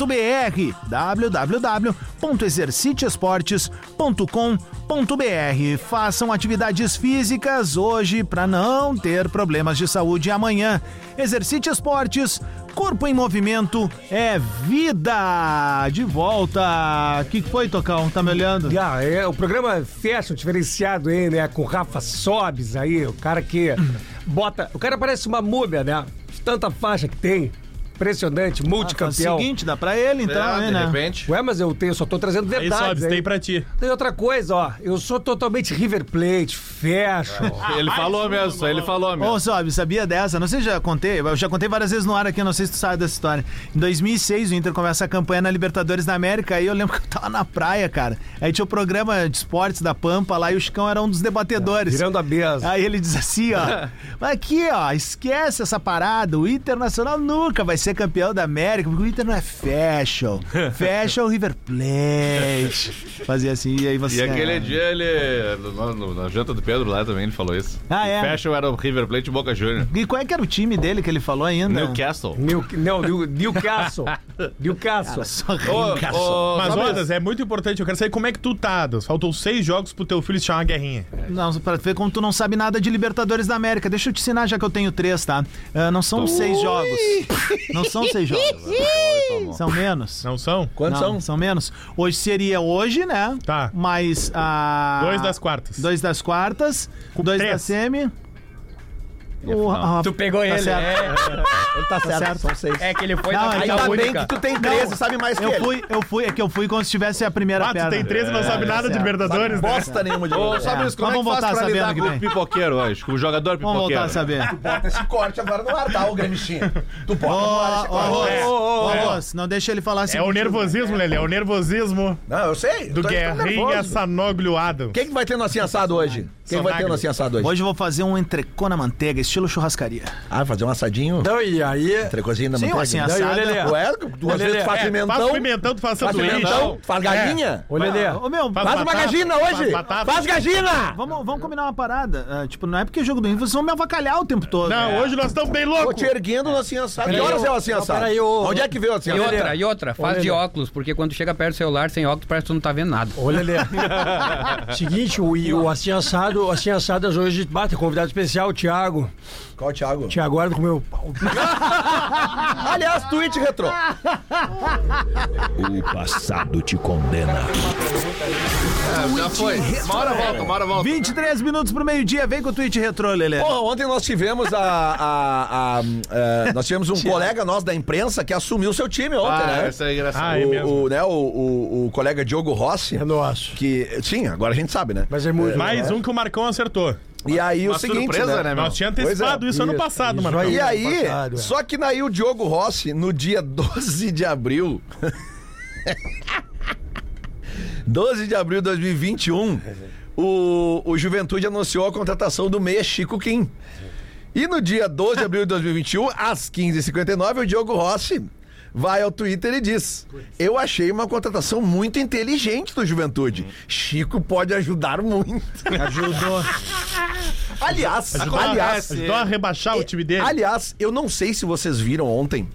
Speaker 2: www.exercitesportes.com.br Façam atividades físicas hoje para não ter problemas de saúde amanhã. Exercite Esportes, corpo em movimento é vida. De volta. O que que foi, Tocão? Tá me olhando?
Speaker 5: Ah, é, o programa fecha um diferenciado aí, né? Com o Rafa Sobes aí, o cara que bota. O cara parece uma múmia, né? De Tanta faixa que tem. Impressionante,
Speaker 2: Ah, faz o
Speaker 5: multicampeão.
Speaker 2: seguinte, dá pra ele então,
Speaker 6: Ah,
Speaker 2: aí,
Speaker 6: de
Speaker 2: né?
Speaker 6: repente.
Speaker 5: Ué, mas eu tenho, só tô trazendo
Speaker 3: Aí,
Speaker 5: detalhes.
Speaker 3: Sobs,
Speaker 5: aí.
Speaker 3: tem pra ti.
Speaker 5: Tem outra coisa, ó. Eu sou totalmente River Plate, fecho.
Speaker 2: Ah,
Speaker 6: Ele falou mesmo, ele falou
Speaker 2: Ô,
Speaker 6: mesmo.
Speaker 2: Sobe, sabia dessa? Não sei se já contei, eu já contei várias vezes no ar aqui, não sei se tu sabe dessa história. Em 2006, o Inter começa a campanha na Libertadores da América, aí eu lembro que eu tava na praia, cara. Aí tinha o programa de esportes da Pampa lá e o Chicão era um dos
Speaker 9: É.
Speaker 2: debatedores.
Speaker 5: Virando a mesa.
Speaker 2: Aí ele diz assim, ó. "Mas Aqui, ó, esquece essa parada. O Internacional nunca vai ser campeão da América, porque o Inter não é fashion. Fashion é o River Plate. Fazia assim, e aí
Speaker 6: E
Speaker 2: você.
Speaker 6: aquele dia ele. no- no- na janta do Pedro lá também ele falou isso.
Speaker 2: Ah, é?
Speaker 6: O Fashion era o River Plate e o Boca Juniors.
Speaker 2: E qual é que era o time dele que ele falou ainda?
Speaker 6: Newcastle.
Speaker 5: New, não, New, Newcastle. Newcastle.
Speaker 2: Só
Speaker 6: Ô,
Speaker 2: Newcastle.
Speaker 6: ô,
Speaker 3: Mas,
Speaker 6: Sobes,
Speaker 3: Odas, é muito importante. Eu quero saber como é que tu tá, Adas. Faltam seis jogos pro teu filho se chamar Guerrinha.
Speaker 2: Não, pra ver como tu não sabe nada de Libertadores da América. Deixa eu te ensinar, já que eu tenho três, tá? Ah, não são seis jogos. Não são seis jogos. são menos.
Speaker 3: Não são?
Speaker 4: Quantos
Speaker 2: Não,
Speaker 4: são?
Speaker 2: São menos. Hoje seria hoje, né? ah,
Speaker 3: Tá.
Speaker 2: Mais a.
Speaker 3: Dois das quartas.
Speaker 2: Dois das quartas. dois
Speaker 3: três.
Speaker 2: da semi. O, a-
Speaker 7: Tu pegou
Speaker 2: tá
Speaker 7: ele,
Speaker 2: certo.
Speaker 4: Ele tá certo, são seis.
Speaker 7: é. É que ele foi
Speaker 2: Não, então tá
Speaker 7: na
Speaker 2: ainda
Speaker 7: final
Speaker 4: Ainda bem
Speaker 7: única.
Speaker 4: que tu tem 13, sabe mais que
Speaker 2: Eu
Speaker 4: ele.
Speaker 2: fui, eu fui, é que eu fui como se tivesse a primeira
Speaker 3: Ah, tu
Speaker 2: perna.
Speaker 3: tem 13 não sabe nada de
Speaker 2: certo.
Speaker 3: Libertadores, né?
Speaker 4: Tá Bosta nenhuma de
Speaker 6: Ô,
Speaker 4: novo.
Speaker 6: sabe isso, como
Speaker 2: Mas
Speaker 6: é que
Speaker 2: vamos
Speaker 6: faz
Speaker 2: voltar
Speaker 6: pra
Speaker 2: a saber
Speaker 6: lidar
Speaker 2: ano que
Speaker 6: com o
Speaker 2: vem.
Speaker 6: pipoqueiro hoje? Com o jogador pipoqueiro.
Speaker 2: Vamos voltar a saber.
Speaker 4: Bota esse corte agora no ar, tá, ô Gremichinha? Tu bota
Speaker 2: Ô,
Speaker 4: no ar esse
Speaker 2: ô,
Speaker 4: corte.
Speaker 2: Arroz,
Speaker 3: é.
Speaker 2: ô,
Speaker 3: É.
Speaker 2: Arroz, não deixa ele falar assim.
Speaker 3: É o nervosismo, Lelê, é o nervosismo
Speaker 4: Não, eu sei.
Speaker 3: do Guerrinha Sanoglio Adam.
Speaker 4: Quem que vai ter no assim assado hoje? Quem vai ter no assim assado hoje?
Speaker 2: Hoje eu vou fazer um entrecô na manteiga, estilo churrascaria.
Speaker 4: Ah, fazer um assadinho?
Speaker 5: Então, e aí?
Speaker 9: é-
Speaker 4: Trecozinho da
Speaker 2: Sim,
Speaker 4: manteiga?
Speaker 2: assim,
Speaker 5: Daí,
Speaker 2: assado.
Speaker 5: olha ali, ó.
Speaker 4: né? Ué, duas
Speaker 5: Olha,
Speaker 4: vezes
Speaker 5: Lelê.
Speaker 4: tu faz
Speaker 3: É,
Speaker 4: pimentão.
Speaker 3: faz pimentão, tu faz
Speaker 4: Faz
Speaker 3: sanduíche.
Speaker 4: pimentão, faz galinha.
Speaker 5: Ô, Lelê.
Speaker 2: Ô, meu,
Speaker 3: Faz
Speaker 4: Faz uma
Speaker 3: batata,
Speaker 4: gagina hoje.
Speaker 3: faz batata.
Speaker 4: Faz gagina.
Speaker 2: vamos, vamos combinar uma parada. Ah, tipo, não é porque é jogo do Inter, vocês vão me avacalhar o tempo todo.
Speaker 3: Não,
Speaker 2: É.
Speaker 3: hoje nós estamos bem
Speaker 4: Tô
Speaker 3: loucos.
Speaker 4: te erguendo no assim assado. Que
Speaker 5: Peraí,
Speaker 4: horas é o
Speaker 5: ô,
Speaker 4: assim
Speaker 5: não,
Speaker 4: assado?
Speaker 5: peraí, ô,
Speaker 4: Onde é que veio o assim
Speaker 7: E
Speaker 4: assado?
Speaker 7: outra, e outra, faz de óculos, porque quando chega perto do celular sem óculos, parece que tu não tá vendo nada.
Speaker 9: Ô, Lelê. Seguinte, o, e o Assim Assado, o Assim Assadas hoje, bate um convidado especial, o Thiago.
Speaker 4: Qual, Thiago?
Speaker 9: Thiago Ardo comeu.
Speaker 4: Aliás, tweet retrô.
Speaker 1: O passado te condena.
Speaker 6: Ah, Já foi. Uma hora volta, uma hora volta.
Speaker 2: 23 minutos pro meio-dia, vem com o tweet retrô, Lelê.
Speaker 4: Porra, ontem nós tivemos a. a- a- eh, nós tivemos um colega nosso da imprensa que assumiu seu time ontem,
Speaker 6: Ah,
Speaker 4: né?
Speaker 6: essa é engraçada.
Speaker 3: Ah, é mesmo.
Speaker 4: O, né, o, o, o colega Diogo Rossi.
Speaker 9: É nosso.
Speaker 4: Que, sim, agora a gente sabe, né?
Speaker 9: Mas é muito.
Speaker 3: Mais um que o Marcão acertou.
Speaker 4: E aí
Speaker 6: Uma
Speaker 4: o seguinte.
Speaker 6: surpresa, né, meu?
Speaker 3: Nós tínhamos
Speaker 4: Pois é.
Speaker 3: antecipado isso ano
Speaker 9: Isso,
Speaker 3: passado,
Speaker 9: isso
Speaker 3: Marcão.
Speaker 9: aí.
Speaker 4: E aí,
Speaker 9: passado, é.
Speaker 4: só que daí o Diogo Rossi, no dia 12 de abril. 12 de abril de 2021, o, o Juventude anunciou a contratação do meia Chico Kim. E no dia 12 de abril de 2021, às 15h59, o Diogo Rossi vai ao Twitter e diz: Eu achei uma contratação muito inteligente do Juventude. Chico pode ajudar muito.
Speaker 2: Ajudou.
Speaker 4: Aliás,
Speaker 3: Ajudou a-
Speaker 4: aliás,
Speaker 3: ajudou a rebaixar Ah, o time dele.
Speaker 4: Aliás, eu não sei se vocês viram ontem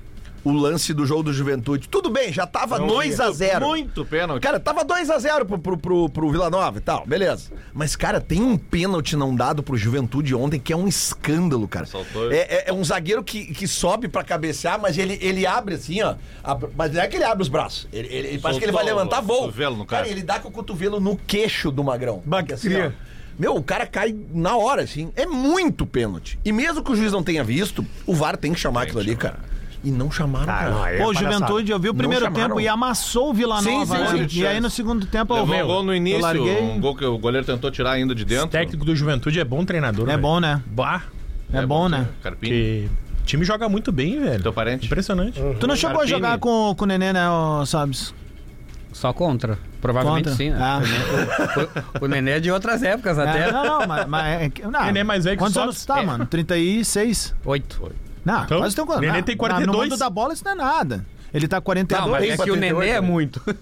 Speaker 4: o lance do jogo do Juventude. Tudo bem, já tava 2x0.
Speaker 6: Muito pênalti.
Speaker 4: Cara, tava 2x0 pro, pro, pro, pro Vila Nova e tal, beleza. Mas, cara, tem um pênalti não dado pro Juventude ontem que é um escândalo, cara.
Speaker 6: Saltou.
Speaker 4: É, é- é um zagueiro que, que sobe pra cabecear, mas ele, ele abre assim, ó. A- mas não é que ele abre os braços. Ele, ele- ele parece que ele vai
Speaker 6: Soltou
Speaker 4: levantar
Speaker 6: o
Speaker 4: voo.
Speaker 6: cotovelo no cara.
Speaker 4: ele dá com o cotovelo no queixo do Magrão. assim,
Speaker 9: Bactria.
Speaker 4: ó. Meu, o cara cai na hora, assim. É muito pênalti. E mesmo que o juiz não tenha visto, o VAR tem que chamar aquilo ali, cara. E não chamaram, cara.
Speaker 2: Pô, Juventude, eu vi o
Speaker 4: Não
Speaker 2: primeiro
Speaker 4: chamaram.
Speaker 2: tempo e amassou o Vila
Speaker 4: Sim,
Speaker 2: Nova.
Speaker 4: sim,
Speaker 2: né?
Speaker 6: sim.
Speaker 2: E aí no segundo tempo eu
Speaker 6: Levou
Speaker 2: vi.
Speaker 6: um gol no
Speaker 2: Eu
Speaker 6: início,
Speaker 2: larguei.
Speaker 6: um gol que o goleiro tentou tirar ainda de
Speaker 3: O
Speaker 6: dentro.
Speaker 3: técnico do Juventude é bom treinador,
Speaker 2: É
Speaker 3: velho.
Speaker 2: bom, né?
Speaker 3: Bah,
Speaker 2: É, bom, né?
Speaker 6: Carpini.
Speaker 3: que o time joga muito bem, velho.
Speaker 6: Teu parente?
Speaker 3: Impressionante.
Speaker 2: Tu não chegou a
Speaker 6: Carpini.
Speaker 2: jogar com, com o Nenê, né, ô, Sobs?
Speaker 7: Só contra. Provavelmente
Speaker 2: Contra?
Speaker 7: sim, né?
Speaker 2: Ah.
Speaker 7: O, o Nenê é de outras épocas até.
Speaker 2: É, não, não, mas... mas é que- não.
Speaker 3: Nenê é mais velho que
Speaker 2: Quantos
Speaker 3: o
Speaker 2: anos
Speaker 3: Sobs?
Speaker 2: tu tá,
Speaker 3: É.
Speaker 2: mano? 36?
Speaker 7: Oito.
Speaker 2: Não,
Speaker 3: Então,
Speaker 2: quase tem um
Speaker 3: Nenê
Speaker 2: na-
Speaker 3: tem
Speaker 2: No
Speaker 3: 42.
Speaker 2: mundo da bola isso não é nada. Ele tá
Speaker 7: Não,
Speaker 2: 42.
Speaker 7: mas é que o
Speaker 4: 48,
Speaker 7: Nenê é muito.
Speaker 2: Pô,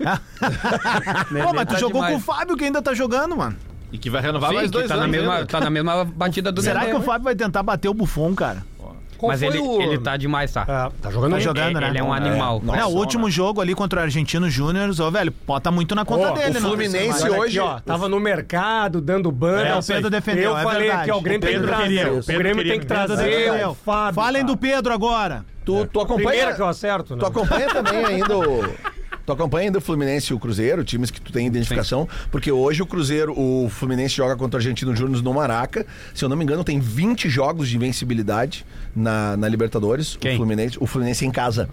Speaker 2: mas tu
Speaker 7: tá
Speaker 2: jogou com o
Speaker 7: demais.
Speaker 2: Fábio que ainda tá jogando, mano.
Speaker 6: E que vai renovar
Speaker 7: Sim,
Speaker 6: mais
Speaker 7: que
Speaker 6: dois
Speaker 7: tá,
Speaker 6: anos. né?
Speaker 7: na mesma,
Speaker 6: ainda.
Speaker 7: tá na mesma batida do
Speaker 2: Será
Speaker 7: Nenê.
Speaker 2: que o Fábio vai tentar bater o Buffon, cara?
Speaker 9: Qual
Speaker 7: Mas
Speaker 9: foi
Speaker 7: ele,
Speaker 9: o-
Speaker 7: ele tá demais, tá?
Speaker 9: Ah, tá jogando
Speaker 2: Tá jogando, né?
Speaker 7: Ele é um animal.
Speaker 2: Não, o último jogo ali contra o Argentino Júnior, ô, velho, bota muito na conta
Speaker 9: Ó,
Speaker 2: dele, né?
Speaker 4: o
Speaker 2: não.
Speaker 4: Fluminense
Speaker 2: Mas-
Speaker 9: Olha
Speaker 4: hoje-
Speaker 9: Aqui, ó, tava no mercado, dando banda.
Speaker 2: É, o Pedro defendeu,
Speaker 9: Eu
Speaker 2: é
Speaker 9: falei
Speaker 2: verdade.
Speaker 9: aqui, ó, o Grêmio
Speaker 3: O
Speaker 9: tem que
Speaker 3: Pedro
Speaker 9: trazer.
Speaker 3: queria, o
Speaker 9: O
Speaker 3: Pedro
Speaker 9: Grêmio
Speaker 3: queria
Speaker 9: tem que
Speaker 3: mesmo.
Speaker 9: trazer
Speaker 2: Entendeu?
Speaker 9: o Fábio.
Speaker 2: Falem
Speaker 9: cara.
Speaker 2: do Pedro agora.
Speaker 4: Tu, tu acompanha.
Speaker 9: Primeira que eu acerto, né?
Speaker 4: Tu acompanha também ainda o. Tu acompanha ainda o Fluminense e o Cruzeiro, times que tu tem identificação, porque hoje o Cruzeiro, o Fluminense joga contra o Argentino Júnior no Maraca. Se eu não me engano, tem 20 jogos de invencibilidade na, na Libertadores. O Fluminense, o Fluminense em casa.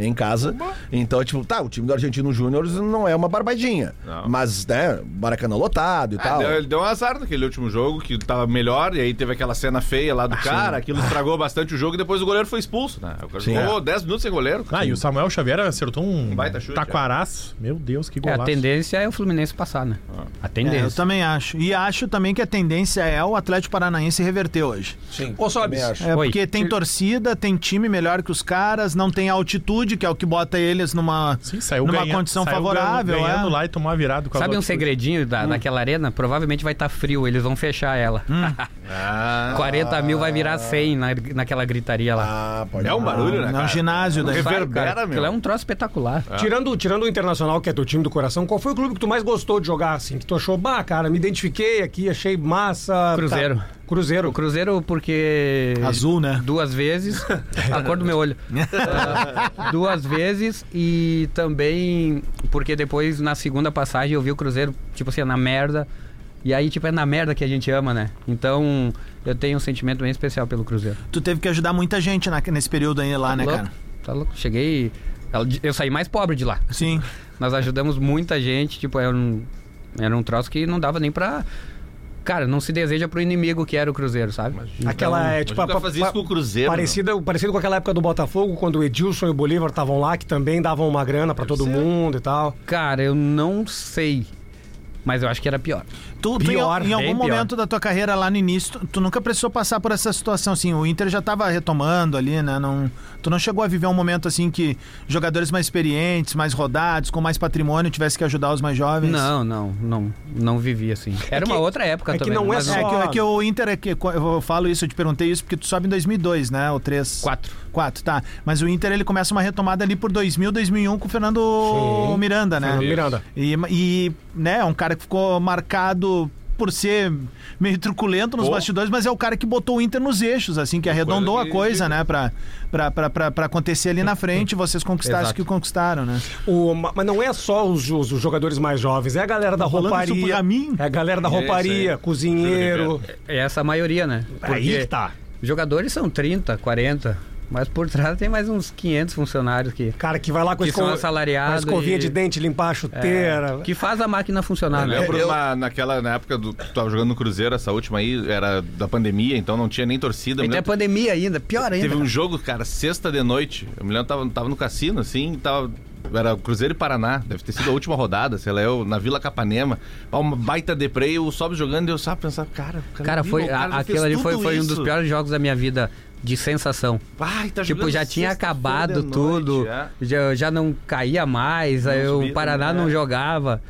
Speaker 4: Em casa. Então, tipo, tá, o time do Argentino Júnior não é uma barbadinha.
Speaker 6: Não.
Speaker 4: Mas, né, Maracanã lotado e
Speaker 6: Ah,
Speaker 4: tal.
Speaker 6: deu- ele deu um azar naquele último jogo, que tava melhor, e aí teve aquela cena feia lá do cara, aquilo estragou bastante o jogo, e depois o goleiro foi expulso, né? O cara
Speaker 4: Sim,
Speaker 6: jogou 10 minutos sem goleiro.
Speaker 3: Ah, e o Samuel Xavier acertou um,
Speaker 6: baita chute,
Speaker 3: taquaraço. Meu Deus, que
Speaker 7: É,
Speaker 3: golaço.
Speaker 7: a tendência é o Fluminense passar, né? A
Speaker 2: É, eu
Speaker 7: tendência.
Speaker 2: também acho. E acho também que a tendência é o Atlético Paranaense reverter hoje.
Speaker 4: Sim.
Speaker 9: Ô, Sobis,
Speaker 4: Também acho.
Speaker 2: É
Speaker 7: Oi.
Speaker 2: porque tem torcida, tem time melhor que os caras, não tem altitude, que é o que bota eles numa,
Speaker 3: Sim, saiu
Speaker 2: numa
Speaker 3: ganhando-
Speaker 2: condição
Speaker 3: saiu
Speaker 2: favorável.
Speaker 3: Ganhando, ganhando
Speaker 2: é.
Speaker 3: lá e tomar virado com a
Speaker 7: Sabe um
Speaker 3: altitude.
Speaker 7: segredinho da, daquela arena? Provavelmente vai estar frio, eles vão fechar ela.
Speaker 6: Ah,
Speaker 7: 40 mil vai virar 100 na, naquela gritaria lá.
Speaker 4: Ah, pode
Speaker 6: é um barulho,
Speaker 2: Não,
Speaker 6: né,
Speaker 2: é um
Speaker 6: cara?
Speaker 2: ginásio daí.
Speaker 6: Rever- reverbera,
Speaker 7: Cara,
Speaker 6: meu.
Speaker 7: Aquilo é um troço espetacular.
Speaker 9: Tirando, tirando o Internacional, que é teu time do coração, qual foi o clube que tu mais gostou de jogar, assim? Que tu achou, bah, cara, me identifiquei aqui, achei massa.
Speaker 7: Cruzeiro.
Speaker 9: Tá. Cruzeiro.
Speaker 7: O Cruzeiro, porque.
Speaker 2: Azul, né?
Speaker 7: Duas vezes. a cor do meu olho. Ah, duas vezes e também porque depois, na segunda passagem, eu vi o Cruzeiro, tipo assim, na merda. E aí, tipo, é na merda que a gente ama, né? Então, eu tenho um sentimento bem especial pelo Cruzeiro.
Speaker 2: Tu teve que ajudar muita gente na- nesse período aí lá, né,
Speaker 7: louco?
Speaker 2: cara?
Speaker 7: Tá louco? Cheguei. Eu saí mais pobre de lá.
Speaker 2: Sim.
Speaker 7: Nós ajudamos muita gente, tipo, era um, era um troço que não dava nem pra. Cara, não se deseja pro inimigo que era o Cruzeiro, sabe?
Speaker 9: Aquela é, tipo,
Speaker 6: Tipo,
Speaker 9: a-
Speaker 6: fazer isso com o Cruzeiro.
Speaker 9: Parecida, parecido com aquela época do Botafogo, quando o Edilson e o Bolívar estavam lá, que também davam uma grana pra todo mundo e tal.
Speaker 7: Cara, eu não sei. Mas eu acho que era pior.
Speaker 2: Tu, tu em-
Speaker 9: Pior,
Speaker 2: em, algum
Speaker 7: bem
Speaker 2: momento da tua carreira lá no início, tu, tu nunca precisou passar por essa situação assim. O Inter já tava retomando ali, né? Não, tu não chegou a viver um momento assim que jogadores mais experientes, mais rodados, com mais patrimônio, tivesse que ajudar os mais jovens?
Speaker 7: Não, não, não, não vivi assim. Era uma outra época
Speaker 9: é que
Speaker 7: também.
Speaker 9: não é
Speaker 7: mas
Speaker 9: só-
Speaker 2: É que, é que o Inter, é que, eu falo isso, eu te perguntei isso porque tu sobe em 2002, né? Ou 3.
Speaker 7: Quatro.
Speaker 2: 4, tá. Mas o Inter ele começa uma retomada ali por 2000, 2001 com o Fernando Miranda, né?
Speaker 9: Fernando Miranda.
Speaker 2: E, e, né, é um cara que ficou marcado por ser meio truculento nos
Speaker 6: Pô.
Speaker 2: bastidores, mas é o cara que botou o Inter nos eixos, assim, que arredondou
Speaker 6: coisa
Speaker 2: a
Speaker 6: que-
Speaker 2: coisa, né, pra, pra, pra, pra, pra acontecer ali na frente e vocês conquistaram o que conquistaram, né?
Speaker 9: O, ma- mas não é só os, jo- os jogadores mais jovens, é a galera da
Speaker 2: falando isso
Speaker 9: rouparia.
Speaker 2: pra mim?
Speaker 9: É a galera da
Speaker 6: Isso aí.
Speaker 9: rouparia, cozinheiro.
Speaker 7: É essa a maioria, né?
Speaker 9: Aí que tá.
Speaker 7: Jogadores são 30, 40, mas por trás tem mais uns 500 funcionários que.
Speaker 9: Cara que vai lá com,
Speaker 7: Que
Speaker 9: esco-
Speaker 7: são assalariados
Speaker 9: com a escovinha
Speaker 7: e-
Speaker 9: de dente, limpar a chuteira.
Speaker 7: é, que faz a máquina funcionar,
Speaker 6: Eu
Speaker 7: né?
Speaker 6: lembro
Speaker 4: Eu-
Speaker 6: na, naquela na época do, que tu tava jogando no Cruzeiro, essa última aí, era da pandemia, então não tinha nem torcida. Eu me
Speaker 7: Ainda é
Speaker 6: lembro-
Speaker 7: pandemia ainda, pior ainda.
Speaker 6: Né? Teve um
Speaker 7: cara.
Speaker 6: jogo, cara, sexta de noite. Eu me lembro, tava, tava no cassino, assim, tava. Era Cruzeiro e Paraná, deve ter sido a última rodada, sei lá, eu, na Vila Capanema. Pá, Uma baita deprei, o Sobe jogando e eu só pensava, cara, o
Speaker 7: Cara,
Speaker 6: vivo,
Speaker 7: foi,
Speaker 6: o já
Speaker 7: a-
Speaker 6: fez
Speaker 7: aquilo ali foi,
Speaker 6: tudo
Speaker 7: foi um dos
Speaker 6: isso.
Speaker 7: piores jogos da minha vida de sensação.
Speaker 6: Ai, tá
Speaker 7: Tipo,
Speaker 6: jogando
Speaker 7: já tinha
Speaker 6: sexta-feira
Speaker 7: acabado
Speaker 6: de noite,
Speaker 7: tudo,
Speaker 6: é.
Speaker 7: já, já não caía mais, aí
Speaker 6: Não
Speaker 7: o
Speaker 6: subia,
Speaker 7: Paraná
Speaker 6: né?
Speaker 7: não jogava.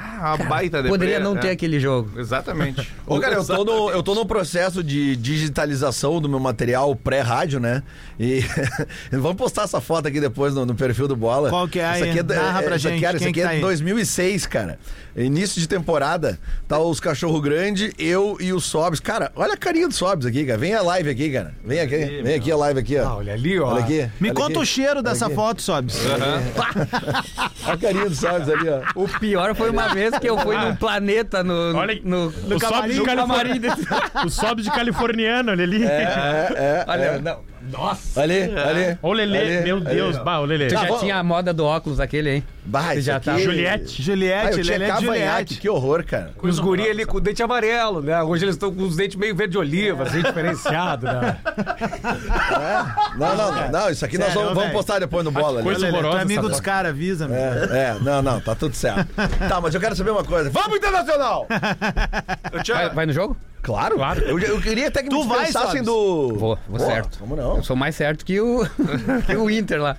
Speaker 6: Ah, uma baita deprei.
Speaker 7: Poderia não
Speaker 6: é.
Speaker 7: ter aquele jogo.
Speaker 6: Exatamente.
Speaker 4: Ô, cara, eu tô, no, eu tô no processo de digitalização do meu material pré-rádio, né? E vamos postar essa foto aqui depois no, no perfil do Bola.
Speaker 2: Qual que é
Speaker 4: Isso
Speaker 2: aí?
Speaker 4: aqui é, da-
Speaker 2: Narra pra
Speaker 4: isso aqui,
Speaker 2: gente,
Speaker 4: Cara,
Speaker 2: quem
Speaker 4: isso aqui
Speaker 2: que tá
Speaker 4: é
Speaker 2: aí?
Speaker 4: de 2006, cara. Início de temporada, tá os Cachorro Grande, eu e o Sobs. Cara, olha a carinha do Sobs aqui, cara. Vem a live aqui, cara. Vem aqui, vem aqui a live aqui, ó.
Speaker 9: Ah, olha ali, ó.
Speaker 4: Olha aqui.
Speaker 2: Me
Speaker 4: olha
Speaker 2: conta
Speaker 4: aqui.
Speaker 2: o cheiro dessa
Speaker 4: aqui.
Speaker 2: foto, Sobs.
Speaker 4: Olha a carinha do Sobs ali, ó.
Speaker 7: O pior foi uma vez que eu fui num planeta no,
Speaker 3: Olha-
Speaker 7: no, no
Speaker 3: o sobe de,
Speaker 7: no
Speaker 3: californi... o sobe de californiano, ele ali.
Speaker 4: É, é,
Speaker 7: Olha,
Speaker 4: é.
Speaker 7: não,
Speaker 4: Ali, ali.
Speaker 3: Ô, Lele,
Speaker 4: ali,
Speaker 3: meu
Speaker 4: ali,
Speaker 3: Deus,
Speaker 4: ó.
Speaker 3: bah, o Lele.
Speaker 7: tu
Speaker 4: Tá
Speaker 7: já
Speaker 4: bom.
Speaker 7: tinha a moda do óculos aquele, hein?
Speaker 4: Bah, isso
Speaker 7: já
Speaker 4: aqui-
Speaker 7: tá-
Speaker 3: é Juliette.
Speaker 4: Ah,
Speaker 2: Juliette,
Speaker 4: eu tinha
Speaker 2: Lelé de
Speaker 4: cavanhaque,
Speaker 2: Juliette.
Speaker 4: que horror, cara.
Speaker 9: E os guri ali com o dente amarelo, né? Hoje eles estão com os dentes meio verde oliva, assim, diferenciado, né?
Speaker 4: Não, não, não, não, isso aqui nós
Speaker 2: Sério,
Speaker 4: vamos, vamos
Speaker 2: velho.
Speaker 4: postar depois no bola.
Speaker 3: coisa
Speaker 4: ali.
Speaker 2: Lelé, tu é
Speaker 3: horrorosa
Speaker 2: amigo
Speaker 3: essa
Speaker 2: dos
Speaker 3: foto.
Speaker 2: caras, avisa, meu.
Speaker 4: É, é, não, não, tá tudo certo. Tá, mas eu quero saber uma coisa. Vamos internacional!
Speaker 7: Vai, vai no jogo?
Speaker 4: Claro, claro. Eu, eu queria até que
Speaker 2: Tu
Speaker 4: me
Speaker 2: vai,
Speaker 4: pensassem
Speaker 2: Sobs.
Speaker 4: do.
Speaker 7: Vou,
Speaker 4: Pô,
Speaker 7: vou certo.
Speaker 4: Vamos não.
Speaker 7: Eu sou mais certo que o, que o Inter lá.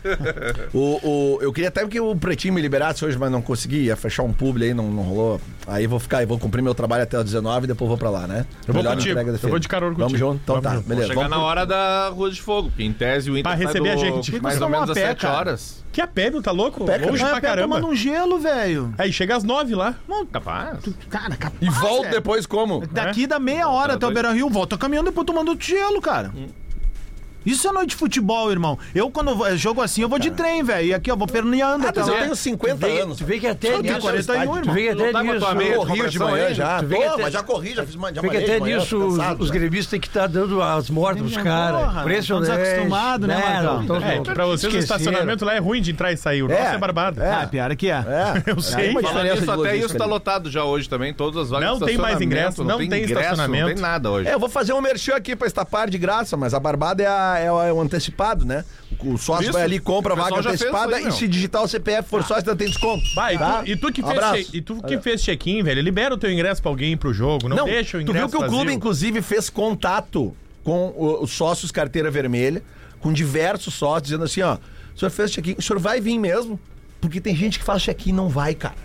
Speaker 4: O, o- eu queria até que o Pretinho me liberasse hoje, mas não consegui. Ia fechar um publi aí, não, não rolou. Aí vou ficar, eu vou cumprir meu trabalho até as 19 e depois vou pra lá, né?
Speaker 3: Eu vou
Speaker 4: Melhor
Speaker 3: contigo,
Speaker 4: entrega da
Speaker 3: eu
Speaker 4: feira.
Speaker 3: vou de carona
Speaker 4: Vamos
Speaker 3: contigo.
Speaker 4: junto? Então
Speaker 3: Vamos
Speaker 4: tá,
Speaker 3: junto.
Speaker 4: beleza.
Speaker 6: Chegar
Speaker 4: Vamos
Speaker 6: na hora da Rua de Fogo, porque em tese o Inter
Speaker 3: Pra
Speaker 6: sai
Speaker 3: receber
Speaker 6: do-
Speaker 3: a gente. tipo,
Speaker 6: Mais
Speaker 2: Vocês
Speaker 6: ou menos
Speaker 2: vão a
Speaker 6: às
Speaker 2: pé,
Speaker 6: 7
Speaker 2: cara.
Speaker 6: horas.
Speaker 3: Que a pé, meu, tá louco?
Speaker 4: Pé, cara.
Speaker 3: Longe
Speaker 2: Ah,
Speaker 3: pra
Speaker 2: pé
Speaker 3: caramba.
Speaker 2: tomando um gelo, velho.
Speaker 3: Aí chega às nove lá.
Speaker 6: Capaz.
Speaker 2: Cara, capaz,
Speaker 4: E volto
Speaker 2: velho.
Speaker 4: depois como?
Speaker 2: Daqui da meia hora até o
Speaker 6: dois.
Speaker 2: Beira Rio, volta caminhando e depois tomando outro gelo, cara. Isso é noite de futebol, irmão. Eu, quando eu vou- jogo assim, eu vou de trem, velho. E aqui, ó, vou perneando.
Speaker 4: Ah,
Speaker 2: até
Speaker 3: Então,
Speaker 4: mas eu
Speaker 3: é.
Speaker 2: lá.
Speaker 4: tenho 50 anos.
Speaker 5: vê que até
Speaker 2: Eu tenho 41, irmão.
Speaker 5: Vê que até
Speaker 6: Não tá com a
Speaker 5: nisso.
Speaker 6: tua meia,
Speaker 5: Pô,
Speaker 6: com a
Speaker 4: Corri de
Speaker 6: pressão
Speaker 4: manhã
Speaker 6: aí?
Speaker 4: já.
Speaker 5: Tu vê
Speaker 4: Pô,
Speaker 5: que até-
Speaker 4: mas já corri, já fiz uma já
Speaker 5: Vê que
Speaker 4: malhei de
Speaker 5: até
Speaker 4: manhã, tô
Speaker 5: nisso os,
Speaker 4: cansado né?
Speaker 5: os
Speaker 4: já.
Speaker 5: gremistas têm que
Speaker 9: tá
Speaker 5: estar dando as mortas dos
Speaker 2: Porra, não,
Speaker 5: caras. Impressionante.
Speaker 2: estamos acostumados, né, Marcão?
Speaker 5: estamos-
Speaker 3: É, que pra vocês o
Speaker 5: esqueceram.
Speaker 3: estacionamento lá é ruim de entrar e sair. O nosso é barbado.
Speaker 2: Ah, pior que é.
Speaker 4: É.
Speaker 3: Eu sei.
Speaker 4: Tem uma
Speaker 6: Falando
Speaker 4: diferença
Speaker 6: nisso,
Speaker 4: de né,
Speaker 6: até
Speaker 4: logística
Speaker 6: isso tá
Speaker 4: ali.
Speaker 6: lotado já hoje também. Todas as vagas
Speaker 3: Não
Speaker 6: de
Speaker 3: tem mais
Speaker 6: estacionamento,
Speaker 3: ingresso, não tem
Speaker 6: Não
Speaker 3: estacionamento.
Speaker 6: tem nada hoje.
Speaker 4: É, eu vou fazer um merchan aqui pra estapar de graça, mas a barbada é, a- é o- é o antecipado, né? O sócio
Speaker 6: Isso.
Speaker 4: vai ali, compra a
Speaker 6: O pessoal
Speaker 4: vaga
Speaker 6: já fez
Speaker 4: antecipada
Speaker 6: isso aí,
Speaker 4: e
Speaker 6: meu.
Speaker 4: se digitar o CPF for sócio, ainda tem desconto.
Speaker 3: Vai, e,
Speaker 4: Tá?
Speaker 3: tu, e tu que fez,
Speaker 4: Abraço.
Speaker 3: che- e tu que fez check-in, velho, libera o teu ingresso pra alguém pro jogo, não, deixa o
Speaker 4: tu
Speaker 3: ingresso
Speaker 4: viu que o
Speaker 3: vazio.
Speaker 4: clube, inclusive, fez contato com o- os sócios Carteira Vermelha, com diversos sócios, dizendo assim, ó, o senhor fez check-in, o senhor vai vir mesmo? Porque tem gente que faz check-in e não vai, cara.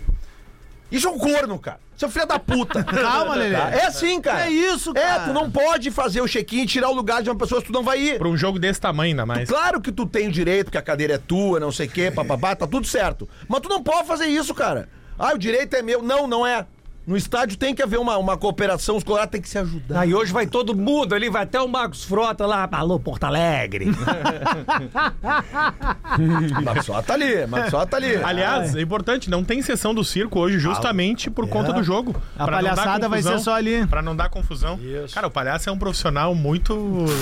Speaker 4: Isso é um corno, cara. Seu filho da puta.
Speaker 2: Calma, Lelê.
Speaker 4: Tá? É assim, cara.
Speaker 2: É isso,
Speaker 4: É,
Speaker 2: cara.
Speaker 4: tu não pode fazer o check-in e tirar o lugar de uma pessoa se tu não vai ir.
Speaker 3: Pra um jogo desse tamanho ainda mais.
Speaker 4: Claro que tu tem o direito, porque a cadeira é tua, não sei o quê, papapá, tá tudo certo. Mas tu não pode fazer isso, cara. Ah, o direito é meu. Não, não é. No estádio tem que haver uma, uma cooperação, os colorados têm que se ajudar.
Speaker 9: Aí hoje vai todo mundo ali, vai até o Marcos Frota lá, alô, Porto Alegre.
Speaker 4: Mas só tá ali, mas só tá ali.
Speaker 3: Aliás, é importante, não tem sessão do circo hoje justamente por conta do jogo.
Speaker 2: A
Speaker 3: Pra não dar
Speaker 2: palhaçada vai ser
Speaker 3: confusão,
Speaker 2: só ali.
Speaker 3: Pra não dar confusão. Cara, o palhaço é um profissional muito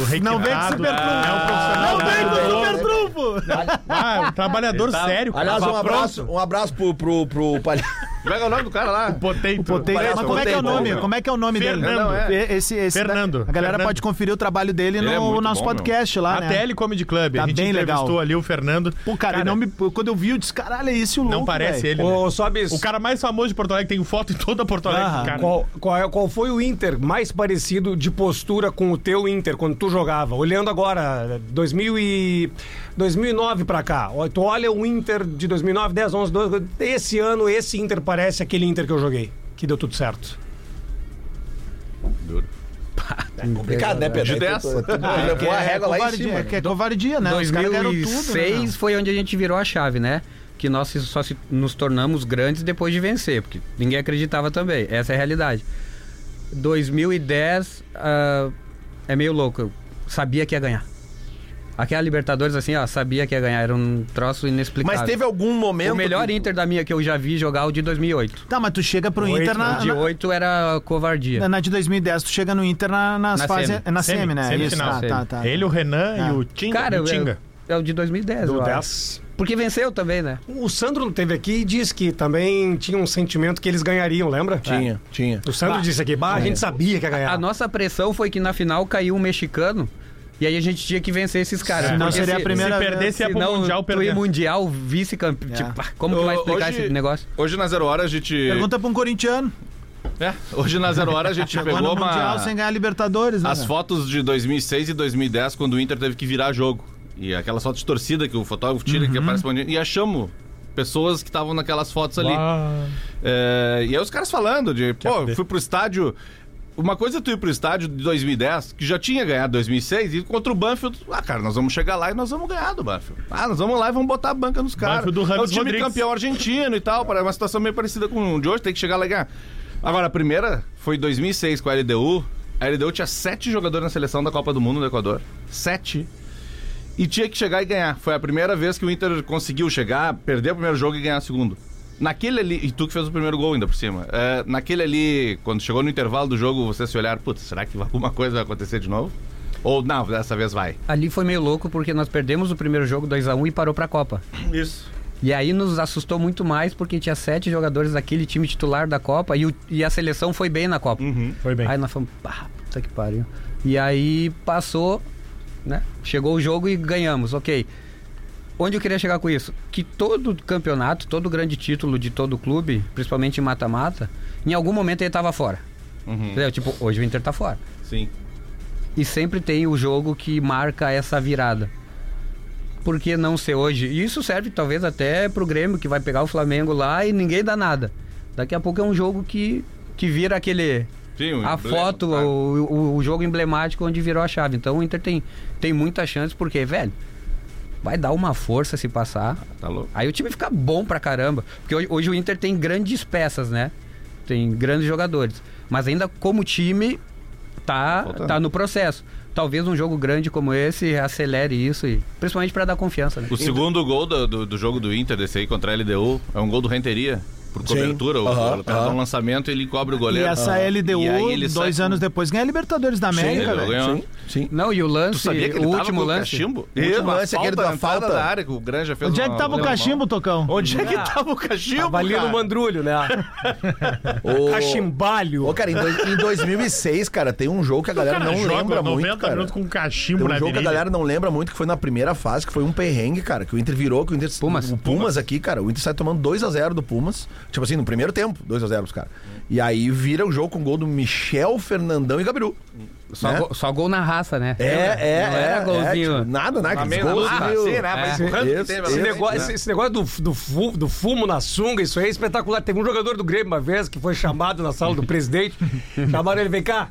Speaker 3: requintado.
Speaker 2: Não vem de super
Speaker 3: é um profissional.
Speaker 2: Não vem do
Speaker 3: muito-
Speaker 2: super trunfo.
Speaker 3: Ah, é um trabalhador sério. cara.
Speaker 4: Aliás, um
Speaker 6: Tava
Speaker 4: abraço, um abraço pro, pro, pro palha-
Speaker 6: Como é que é o nome do cara lá?
Speaker 3: Potei,
Speaker 2: O Poteiro-
Speaker 4: Parece
Speaker 2: Mas como é que é o
Speaker 4: Poteiro.
Speaker 2: nome? Como é que é o nome dele?
Speaker 3: Fernando.
Speaker 2: E- Esse, esse,
Speaker 3: Fernando.
Speaker 2: A galera
Speaker 3: Fernando.
Speaker 2: pode conferir o trabalho dele
Speaker 6: Ele é
Speaker 2: no
Speaker 6: muito
Speaker 2: nosso
Speaker 6: bom,
Speaker 2: podcast lá, né?
Speaker 3: ATL Comedy Club.
Speaker 2: Tá
Speaker 3: a gente
Speaker 2: bem legal.
Speaker 3: entrevistou ali o Fernando.
Speaker 2: Pô, cara, não me, quando eu vi, eu disse, caralho, é esse o louco,
Speaker 3: não parece
Speaker 2: velho.
Speaker 3: ele. né?
Speaker 5: Ô, Sobis,
Speaker 3: O cara mais famoso de Porto Alegre tem foto em toda Porto Alegre,
Speaker 2: Ah,
Speaker 3: cara.
Speaker 5: qual, qual, é- qual foi o Inter mais parecido de postura com o teu Inter quando tu jogava? Olhando agora, 2000 e- 2009 pra cá. Ó, Tu olha o Inter de 2009, 10, 11, 12. Esse ano, esse Inter parece aquele Inter que eu joguei, que deu tudo certo.
Speaker 4: Complicado, né,
Speaker 3: É,
Speaker 4: Pedro?
Speaker 6: De dessa.
Speaker 4: Tu levou a régua lá em
Speaker 2: Covardia,
Speaker 4: cima.
Speaker 2: que é covardia, né? Os caras ganharam tudo, né?
Speaker 7: 2006 foi onde a gente virou a chave, né? Que nós se- só se- nos tornamos grandes depois de vencer, porque ninguém acreditava também. Essa é a realidade. 2010 ah, é meio louco. Eu sabia que ia ganhar. Aquela Libertadores, assim, ó, sabia que ia ganhar. Era um troço inexplicável.
Speaker 4: Mas teve algum momento.
Speaker 7: O melhor
Speaker 4: que-
Speaker 7: Inter da minha que eu já vi jogar é o de 2008.
Speaker 2: Tá, mas tu chega pro Inter na,
Speaker 4: Ah,
Speaker 7: o de 8 era covardia.
Speaker 2: na, na de 2010, tu chega no Inter na, nas
Speaker 7: Na
Speaker 2: fases.
Speaker 7: semi.
Speaker 2: é Na semi,
Speaker 3: Semi,
Speaker 2: né?
Speaker 3: semi
Speaker 2: Isso,
Speaker 3: final.
Speaker 2: tá, tá, tá.
Speaker 3: Ele, o Renan
Speaker 2: Ah.
Speaker 3: e o Tinga.
Speaker 7: Cara,
Speaker 3: e o
Speaker 7: eu-
Speaker 3: Tinga.
Speaker 7: é o de 2010, eu acho. Porque venceu também, né?
Speaker 5: O Sandro teve aqui e disse que também tinha um sentimento que eles ganhariam, lembra?
Speaker 4: Tinha, tinha.
Speaker 5: É. O Sandro disse aqui, bah, a
Speaker 3: É.
Speaker 5: gente sabia que ia
Speaker 3: Ah,
Speaker 5: ganhar.
Speaker 7: A nossa pressão foi que na final caiu um mexicano. E aí a gente tinha que vencer esses caras.
Speaker 2: Senão
Speaker 7: Porque
Speaker 2: seria a
Speaker 7: se-
Speaker 2: primeira
Speaker 3: Se
Speaker 2: vez,
Speaker 3: perdesse, ia pro
Speaker 7: senão
Speaker 3: Mundial
Speaker 7: tu ir
Speaker 3: perder.
Speaker 7: mundial, vice-campeão.
Speaker 2: Yeah.
Speaker 7: como que vai
Speaker 6: Ô,
Speaker 7: explicar
Speaker 6: hoje-
Speaker 7: esse negócio?
Speaker 6: Hoje na Zero Hora a gente.
Speaker 2: Pergunta pra um corintiano.
Speaker 6: É, hoje na Zero Hora a gente
Speaker 2: Chegou
Speaker 6: pegou
Speaker 2: no Mundial
Speaker 6: uma.
Speaker 2: sem ganhar Libertadores, né?
Speaker 6: As
Speaker 2: cara?
Speaker 6: fotos de 2006 e 2010, quando o Inter teve que virar jogo. E aquelas fotos de torcida que o fotógrafo tira,
Speaker 3: Uhum.
Speaker 6: que aparece um monte de- E achamos pessoas que estavam naquelas fotos ali. É, e aí os caras falando de, pô, eu fui pro estádio. Uma coisa é tu ir pro estádio de 2010, que já tinha ganhado 2006, e contra o Banfield, ah, cara, nós vamos chegar lá e nós vamos ganhar do Banfield. Ah, nós vamos lá e vamos botar a banca nos caras.
Speaker 3: Banfield do
Speaker 6: É o
Speaker 3: Ramos
Speaker 6: time
Speaker 3: Rodrigues.
Speaker 6: campeão argentino e tal, para uma situação meio parecida com o de hoje, tem que chegar lá e ganhar. Agora, a primeira foi em 2006 com a LDU. A LDU tinha sete jogadores na seleção da Copa do Mundo do Equador. Sete e tinha que chegar e ganhar. Foi a primeira vez que o Inter conseguiu chegar, perder o primeiro jogo e ganhar o segundo. Naquele ali, e tu que fez o primeiro gol ainda por cima, É, naquele ali, quando chegou no intervalo do jogo, vocês se olharam, putz, será que alguma coisa vai acontecer de novo? Ou não, dessa vez vai.
Speaker 7: Ali foi meio louco porque nós perdemos o primeiro jogo 2 a 1 e parou pra Copa.
Speaker 6: Isso.
Speaker 7: E aí nos assustou muito mais porque tinha sete jogadores daquele time titular da Copa e, o- e a seleção foi bem na Copa.
Speaker 3: Foi bem.
Speaker 7: Aí nós fomos, pá, puta que pariu. E aí passou, né? Chegou o jogo e ganhamos, ok. Onde eu queria chegar com isso? Que todo campeonato, todo grande título de todo clube, principalmente em mata-mata, em algum momento ele tava fora. Entendeu? Tipo, hoje o Inter tá fora.
Speaker 6: Sim.
Speaker 7: E sempre tem o jogo que marca essa virada. Por que não ser hoje? E isso serve talvez até pro Grêmio, que vai pegar o Flamengo lá e ninguém dá nada. Daqui a pouco é um jogo que, que vira aquele
Speaker 6: Sim, né? o Ah,
Speaker 7: a
Speaker 6: emblema,
Speaker 7: foto,
Speaker 6: claro.
Speaker 7: o, o- o jogo emblemático onde virou a chave. Então o Inter tem, tem muita chance, porque, velho, vai dar uma força se passar.
Speaker 6: Tá louco.
Speaker 7: Aí o time fica bom pra caramba. Porque hoje, hoje o Inter tem grandes peças, né? Tem grandes jogadores. Mas ainda como time, tá,
Speaker 6: faltando.
Speaker 7: tá no processo. Talvez um jogo grande como esse acelere isso, e, principalmente pra dar confiança, né?
Speaker 6: O segundo gol do, do, do jogo do Inter, desse aí contra a LDU, é um gol do Renteria. Por cobertura, o,
Speaker 4: Aham,
Speaker 6: o cara dá
Speaker 4: aham.
Speaker 6: um lançamento ele cobre
Speaker 2: E
Speaker 6: o goleiro.
Speaker 2: essa LDU,
Speaker 6: Ah. E aí ele sai
Speaker 2: dois
Speaker 6: com-
Speaker 2: anos depois, ganha a Libertadores da
Speaker 6: Sim,
Speaker 2: América,
Speaker 6: ele
Speaker 2: velho.
Speaker 6: ganhou.
Speaker 4: Sim.
Speaker 7: Não, e o
Speaker 6: Tu
Speaker 7: lance,
Speaker 6: sabia que ele
Speaker 7: o
Speaker 6: tava
Speaker 7: último
Speaker 6: com o
Speaker 7: lance.
Speaker 6: cachimbo?
Speaker 4: O último
Speaker 6: uma
Speaker 4: lance, aquele da
Speaker 6: entrada
Speaker 4: falta.
Speaker 6: da área que o Granja fez
Speaker 2: Onde é
Speaker 6: uma-
Speaker 2: que tava o
Speaker 6: uma-
Speaker 2: cachimbo, Tocão?
Speaker 6: Onde é que tava o cachimbo,
Speaker 5: Tava ali
Speaker 6: cara?
Speaker 5: no mandrulho, né?
Speaker 4: Ô,
Speaker 5: Cachimbalho.
Speaker 4: Ô, cara, em, dois- em 2006, cara, tem um jogo que a galera
Speaker 3: Cara,
Speaker 4: não
Speaker 3: joga
Speaker 4: lembra
Speaker 3: 90
Speaker 4: muito, cara.
Speaker 3: minutos com um cachimbo
Speaker 4: Tem
Speaker 3: na
Speaker 4: um jogo que a
Speaker 3: virilha.
Speaker 4: galera não lembra muito, que foi na primeira fase, que foi um perrengue, cara, que o Inter virou, que o Inter...
Speaker 7: Pumas.
Speaker 4: O Pumas aqui, cara, o Inter sai tomando 2x0 do Pumas, tipo assim, no primeiro tempo, 2x0 os caras. E aí vira o jogo com gol do Michel, Fernandão e Gabiru.
Speaker 7: Só,
Speaker 4: né?
Speaker 7: gol, só gol na raça, né?
Speaker 4: É, é,
Speaker 7: Não
Speaker 4: é.
Speaker 7: era
Speaker 4: é,
Speaker 7: golzinho.
Speaker 4: tipo, nada, né?
Speaker 6: Ah,
Speaker 4: Aqueles
Speaker 6: meio
Speaker 4: gols,
Speaker 6: na
Speaker 4: cara.
Speaker 6: massa, sim, né? Mas
Speaker 7: É.
Speaker 6: o rango que
Speaker 4: Esse-
Speaker 6: tem,
Speaker 4: esse
Speaker 5: Esse
Speaker 6: mas-
Speaker 5: negócio, esse- esse negócio do, do, fu- do fumo na sunga, isso aí é espetacular. Teve um jogador do Grêmio uma vez que foi chamado na sala do presidente. chamaram ele, vem cá.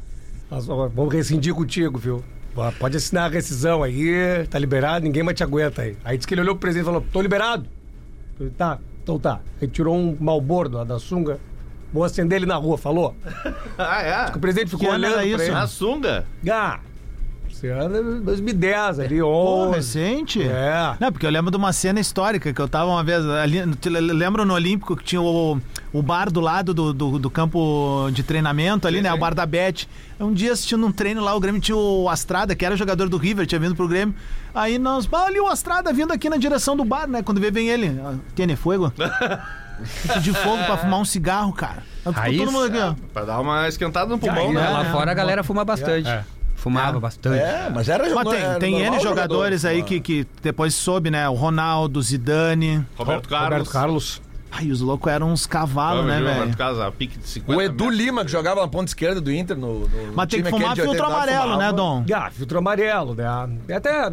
Speaker 5: nós vamos rescindir contigo, viu? Ó, Pode assinar a rescisão aí, tá liberado, ninguém mais te aguenta aí. Aí disse que ele olhou pro presidente e falou: tô liberado. Eu falei, tá, então tá. Ele tirou um malboro da, da sunga, Vou acender ele na rua, falou.
Speaker 6: Ah, é?
Speaker 5: O presidente
Speaker 2: Que
Speaker 5: ficou
Speaker 2: ano
Speaker 5: olhando
Speaker 2: era
Speaker 5: pra
Speaker 2: isso?
Speaker 5: ele.
Speaker 6: Na sunga?
Speaker 5: Ah, é isso era 2010 ali,
Speaker 2: Pô,
Speaker 5: 11.
Speaker 2: recente?
Speaker 5: É.
Speaker 2: Não, porque eu lembro de uma cena histórica que eu tava uma vez. Ali, te le- lembra no Olímpico que tinha o, o bar do lado do, do, do campo de treinamento ali, né? O bar da Bet. Um dia assistindo um treino lá, o Grêmio tinha o Astrada, que era jogador do River, tinha vindo pro Grêmio. Aí nós. "Ah, ali o Astrada vindo aqui na direção do bar, né? Quando vê, vem ele. "Ah, Tiene fuego? de fogo pra fumar um cigarro, cara. Aí ficou
Speaker 7: Aí
Speaker 2: todo mundo aqui, ó.
Speaker 6: Pra dar uma esquentada no pulmão,
Speaker 7: Aí,
Speaker 6: né?
Speaker 7: Lá fora a galera fuma bastante. Fumava bastante.
Speaker 4: É, mas era
Speaker 2: Mas tem,
Speaker 4: jogador.
Speaker 2: tem N jogadores aí que, que depois soube, né? O Ronaldo, Zidane.
Speaker 6: Roberto Carlos.
Speaker 9: Roberto Carlos.
Speaker 2: Ai, os loucos eram uns
Speaker 6: Roberto
Speaker 2: cavalos, né, velho?
Speaker 6: Roberto Carlos, a pique de 50
Speaker 4: Ah. O Edu
Speaker 6: metros.
Speaker 4: Lima, que jogava na ponta esquerda do Inter no. no
Speaker 2: Mas tem que fumar filtro amarelo, né, Dom?
Speaker 5: Ah, filtro amarelo, né? Até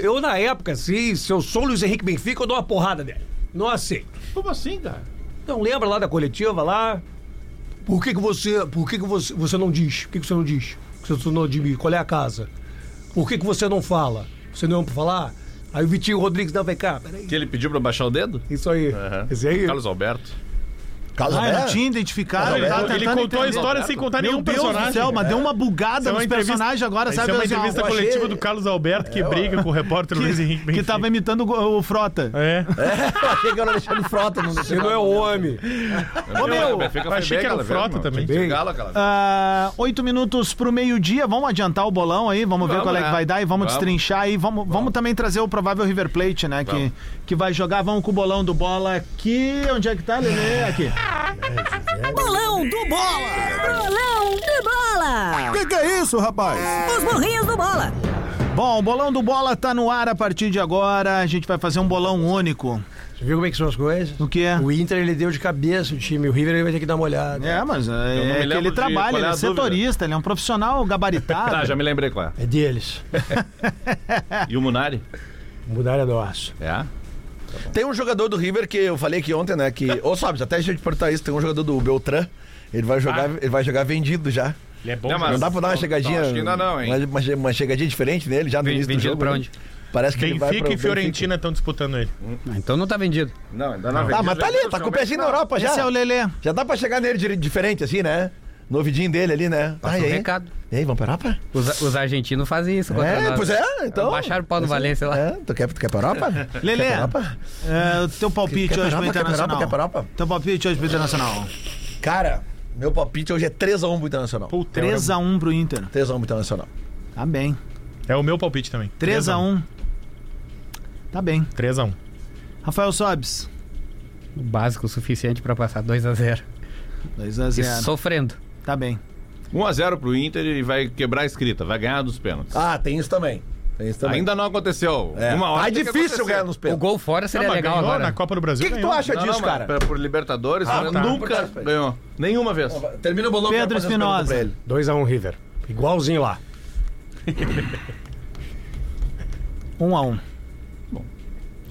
Speaker 5: eu, na época, assim, se eu sou o Luiz Henrique Benfica, eu dou uma porrada nele. Não aceito.
Speaker 6: Como assim, cara?
Speaker 5: Não lembra lá da coletiva lá? Por que, que você. Por que, que você, você não diz? Por que, que você não diz? Por que Você não admira? Qual é a casa? Por que, que você não fala? Você não é um pra falar? Aí o Vitinho Rodrigues não vem cá, peraí.
Speaker 6: Que ele pediu pra baixar o dedo?
Speaker 5: Isso aí. Esse aí.
Speaker 6: Carlos Alberto.
Speaker 4: Carlos
Speaker 2: Ah, não
Speaker 4: Alberto?
Speaker 2: tinha identificado.
Speaker 4: Mas
Speaker 2: Ele tava
Speaker 4: ele-
Speaker 3: Ele
Speaker 2: tentando
Speaker 3: contou a
Speaker 2: entender.
Speaker 3: história sem contar
Speaker 2: Meu
Speaker 3: nenhum
Speaker 2: Deus
Speaker 3: personagem.
Speaker 2: do céu, mas deu uma
Speaker 3: Isso
Speaker 2: bugada
Speaker 3: é uma
Speaker 2: nos
Speaker 3: entrevista-
Speaker 2: personagens agora,
Speaker 3: Isso
Speaker 2: sabe?
Speaker 3: é uma
Speaker 2: Assim, ó,
Speaker 3: entrevista
Speaker 4: eu achei-
Speaker 3: coletiva do Carlos Alberto que briga com o repórter Luiz Henrique
Speaker 2: que, que
Speaker 3: Benfica.
Speaker 2: tava imitando o, o Frota.
Speaker 3: É.
Speaker 4: Eu achei que era o Alexandre Frota. Não
Speaker 5: Você não é homem.
Speaker 6: Ô,
Speaker 2: meu,
Speaker 6: Benfica
Speaker 3: achei que era o Frota também.
Speaker 6: Gala, aquela vez.
Speaker 2: Ah, Oito minutos pro meio-dia, vamos adiantar o bolão aí, vamos, ver
Speaker 6: Vamos,
Speaker 2: qual é
Speaker 6: né?
Speaker 2: que vai dar e vamos,
Speaker 6: Vamos.
Speaker 2: destrinchar aí. Vamos, vamos. também trazer o provável River Plate, né? Que, que vai jogar, vamos com o bolão do bola aqui. Onde é que tá, Lelê? Aqui.
Speaker 10: Bolão do Bola! Bolão do Bola!
Speaker 1: Que que é isso, rapaz?
Speaker 10: Os morrinhos do Bola!
Speaker 2: Bom, o bolão do bola tá no ar a partir de agora. A gente vai fazer um bolão único.
Speaker 9: Você viu como é que são as coisas?
Speaker 2: O que é?
Speaker 9: O Inter ele deu de cabeça o time, o River ele vai ter que dar uma olhada.
Speaker 2: É, mas
Speaker 6: me
Speaker 2: é, é que
Speaker 6: lembro
Speaker 2: ele
Speaker 6: de
Speaker 2: trabalha,
Speaker 6: qual é
Speaker 2: ele
Speaker 6: a
Speaker 2: é
Speaker 6: dúvida.
Speaker 2: setorista, ele é um profissional gabaritado.
Speaker 4: Tá.
Speaker 6: Ah, já me lembrei qual é.
Speaker 9: É deles.
Speaker 6: E o Munari?
Speaker 9: Mudar é nosso.
Speaker 6: É?
Speaker 4: Tem um jogador do River que eu falei aqui ontem, né? Que, ô, sabe, até a gente perguntar isso, tem um jogador do Beltran. Ele vai jogar, ele vai jogar vendido já.
Speaker 3: Ele é bom.
Speaker 6: Não, mas-
Speaker 4: não dá pra dar uma
Speaker 6: não,
Speaker 4: chegadinha.
Speaker 6: não, acho que ainda não, hein?
Speaker 4: Uma, uma- uma chegadinha diferente nele já no início do
Speaker 7: vendido
Speaker 4: jogo.
Speaker 7: pra
Speaker 4: né?
Speaker 7: onde?
Speaker 4: Parece que ele vai pro
Speaker 3: Benfica e
Speaker 4: Benfica.
Speaker 3: Fiorentina estão disputando ele.
Speaker 7: Ah, Então não tá vendido.
Speaker 6: Não, ainda não.
Speaker 4: Ah, mas tá ali, tá com o pezinho na Europa já.
Speaker 2: Esse é o Lelê.
Speaker 4: Já dá pra chegar nele di- diferente, assim, né? No ouvidinho dele ali, né?
Speaker 7: Passa
Speaker 4: Ah, e
Speaker 7: um
Speaker 4: aí?
Speaker 7: recado.
Speaker 4: E aí, vamos pra Europa?
Speaker 7: Os, os argentinos fazem isso contra
Speaker 4: É,
Speaker 7: nós.
Speaker 4: pois é, então.
Speaker 7: Baixaram o pau no Valência lá.
Speaker 4: É, tu quer, tu quer pra Europa?
Speaker 2: Lelê,
Speaker 4: Quer pra Europa?
Speaker 2: é, o teu palpite
Speaker 4: Quer pra
Speaker 2: hoje pro
Speaker 4: Europa? Quer pra Europa?
Speaker 2: Internacional.
Speaker 4: Quer pra Europa?
Speaker 2: Teu palpite hoje pro Internacional.
Speaker 4: Cara, meu palpite hoje é 3x1 pro Internacional.
Speaker 3: Puta,
Speaker 2: 3x1 pro Inter.
Speaker 4: 3x1 pro Internacional.
Speaker 2: Tá bem.
Speaker 3: É o meu palpite também.
Speaker 2: 3x1. Tá bem.
Speaker 3: 3x1.
Speaker 2: Rafael Sobes.
Speaker 7: O Básico o suficiente pra passar 2x0. E
Speaker 2: 2x0.
Speaker 7: sofrendo.
Speaker 2: Tá bem.
Speaker 6: 1x0 pro Inter e vai quebrar a escrita, vai ganhar dos pênaltis.
Speaker 4: Ah, tem isso também. Tem isso também.
Speaker 6: Ainda não aconteceu.
Speaker 4: é.
Speaker 6: Uma hora.
Speaker 4: Ah, é
Speaker 6: tem que
Speaker 4: difícil
Speaker 6: acontecer.
Speaker 4: ganhar nos
Speaker 7: O
Speaker 4: pênaltis.
Speaker 7: gol fora seria
Speaker 3: mas
Speaker 7: legal
Speaker 3: ganhou né? na
Speaker 7: agora.
Speaker 3: Copa do
Speaker 4: O
Speaker 3: Brasil.
Speaker 4: que, que tu
Speaker 3: ganhou.
Speaker 4: acha
Speaker 6: Não,
Speaker 4: disso,
Speaker 6: não, mas
Speaker 4: cara?
Speaker 6: pra- Por Libertadores,
Speaker 4: Ah,
Speaker 6: ela
Speaker 4: tá.
Speaker 6: nunca ganhou. Nenhuma vez.
Speaker 4: Termina o bolão.
Speaker 2: Pedro
Speaker 4: eu quero fazer as perguntas
Speaker 2: Espinosa.
Speaker 4: pra ele.
Speaker 9: 2x1 River. Igualzinho lá.
Speaker 2: 1x1. 1x1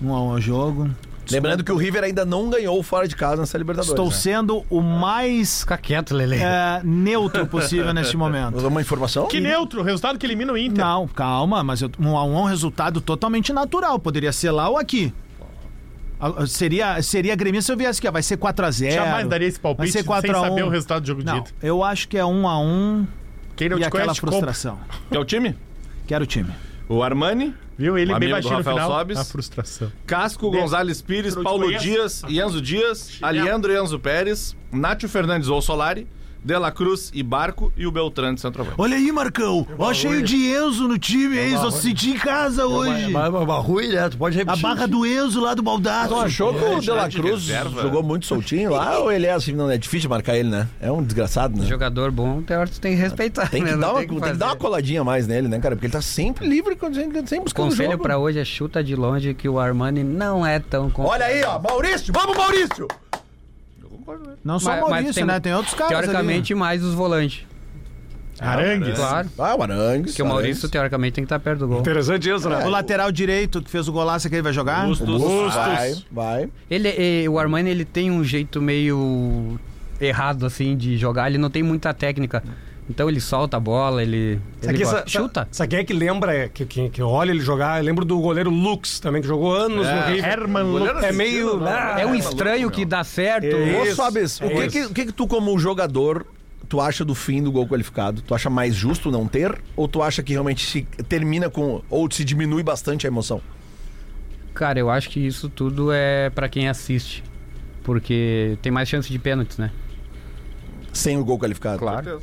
Speaker 2: o um jogo.
Speaker 4: Lembrando que o River ainda não ganhou fora de casa nessa Libertadores.
Speaker 2: Estou
Speaker 4: né?
Speaker 2: sendo o mais
Speaker 7: Fica quieto, Lele.
Speaker 2: é, neutro possível neste momento.
Speaker 4: Uma informação?
Speaker 3: Que neutro, resultado que elimina o Inter.
Speaker 2: Não, calma, mas eu- um a um é um resultado totalmente natural. Poderia ser lá ou aqui. Ah, Seria, seria gremista se eu viesse aqui, ah, vai ser 4x0.
Speaker 3: Jamais daria esse palpite
Speaker 2: Vai
Speaker 3: sem
Speaker 2: ser 4 a 1.
Speaker 3: saber o resultado do jogo de
Speaker 2: Não,
Speaker 3: ida.
Speaker 2: eu acho que é 1 a 1
Speaker 3: Quem não
Speaker 2: e
Speaker 3: te
Speaker 2: aquela
Speaker 3: conhece, te compra.
Speaker 2: frustração.
Speaker 6: Que é o time?
Speaker 2: Quero o time.
Speaker 6: O Armani,
Speaker 3: Viu? Ele
Speaker 6: Um
Speaker 3: bem
Speaker 6: amigo do
Speaker 3: baixinho no
Speaker 6: Rafael
Speaker 3: final.
Speaker 6: Sobis.
Speaker 3: A frustração.
Speaker 6: Casco, Gonzales Pires,
Speaker 3: Não te
Speaker 6: Paulo
Speaker 3: conheço.
Speaker 6: Dias e Enzo Dias, Aliandro e Enzo Pérez, Nátio Fernandes ou Solari, De La Cruz e Barco e o Beltrán de centroavante.
Speaker 2: Olha aí, Marcão. Ó, cheio de Enzo no time, é isso. Eu senti em casa
Speaker 4: é,
Speaker 2: hoje.
Speaker 9: Mas, mas, mas ruim, né? Tu pode
Speaker 2: A
Speaker 9: repetir.
Speaker 2: barra do Enzo lá do Baldaço.
Speaker 4: Tu achou que o De La
Speaker 6: de
Speaker 4: Cruz
Speaker 6: reserva.
Speaker 4: jogou muito soltinho lá ou ele é assim, não é difícil marcar ele, né? É um desgraçado, né?
Speaker 7: Jogador bom, tem hora que tu tem que respeitar.
Speaker 4: Tem que,
Speaker 7: né? Não
Speaker 4: dar uma, tem, que
Speaker 7: fazer.
Speaker 4: dar uma coladinha mais nele, né, cara? Porque ele tá sempre livre, quando sempre sempre buscando o
Speaker 7: Conselho
Speaker 4: jogo.
Speaker 7: pra hoje é chuta de longe que o Armani não é tão... confiável.
Speaker 4: Olha aí, ó, Maurício! Vamos, Maurício!
Speaker 2: Não só
Speaker 7: Mas-
Speaker 2: o
Speaker 7: mas
Speaker 2: Maurício,
Speaker 7: tem-
Speaker 2: né? Tem outros caras
Speaker 7: Teoricamente, mais os volantes.
Speaker 6: É.
Speaker 3: Arangues.
Speaker 7: Claro.
Speaker 4: Ah, o Arangues.
Speaker 7: Porque o Maurício, teoramente, tem que estar perto do gol.
Speaker 9: Interessante isso, né?
Speaker 7: é.
Speaker 2: ali. O lateral direito que fez o golaço que ele vai jogar.
Speaker 6: Bustos.
Speaker 4: Vai, vai.
Speaker 7: Ele, eh, o Armani ele tem um jeito meio errado assim de jogar, ele não tem muita técnica. Então ele solta a bola, ele,
Speaker 9: Isso
Speaker 7: ele
Speaker 9: aqui,
Speaker 7: gosta.
Speaker 9: essa,
Speaker 7: chuta.
Speaker 9: Isso aqui é que lembra, é, que, que, que olha ele jogar. Eu lembro do goleiro Lux também, que jogou anos
Speaker 6: É,
Speaker 9: no River.
Speaker 3: Herman Lucas.
Speaker 9: É meio.
Speaker 7: É um estranho que dá certo.
Speaker 9: É
Speaker 4: Ô,
Speaker 9: isso,
Speaker 4: Sobes, o
Speaker 9: é
Speaker 4: que
Speaker 9: isso.
Speaker 4: que, o que que tu, como jogador, tu acha do fim do gol qualificado? Tu acha mais justo não ter? Ou tu acha que realmente se termina com. ou se diminui bastante a emoção?
Speaker 7: Cara, eu acho que isso tudo é pra quem assiste. Porque tem mais chance de pênaltis, né?
Speaker 4: Sem o gol qualificado?
Speaker 7: Claro.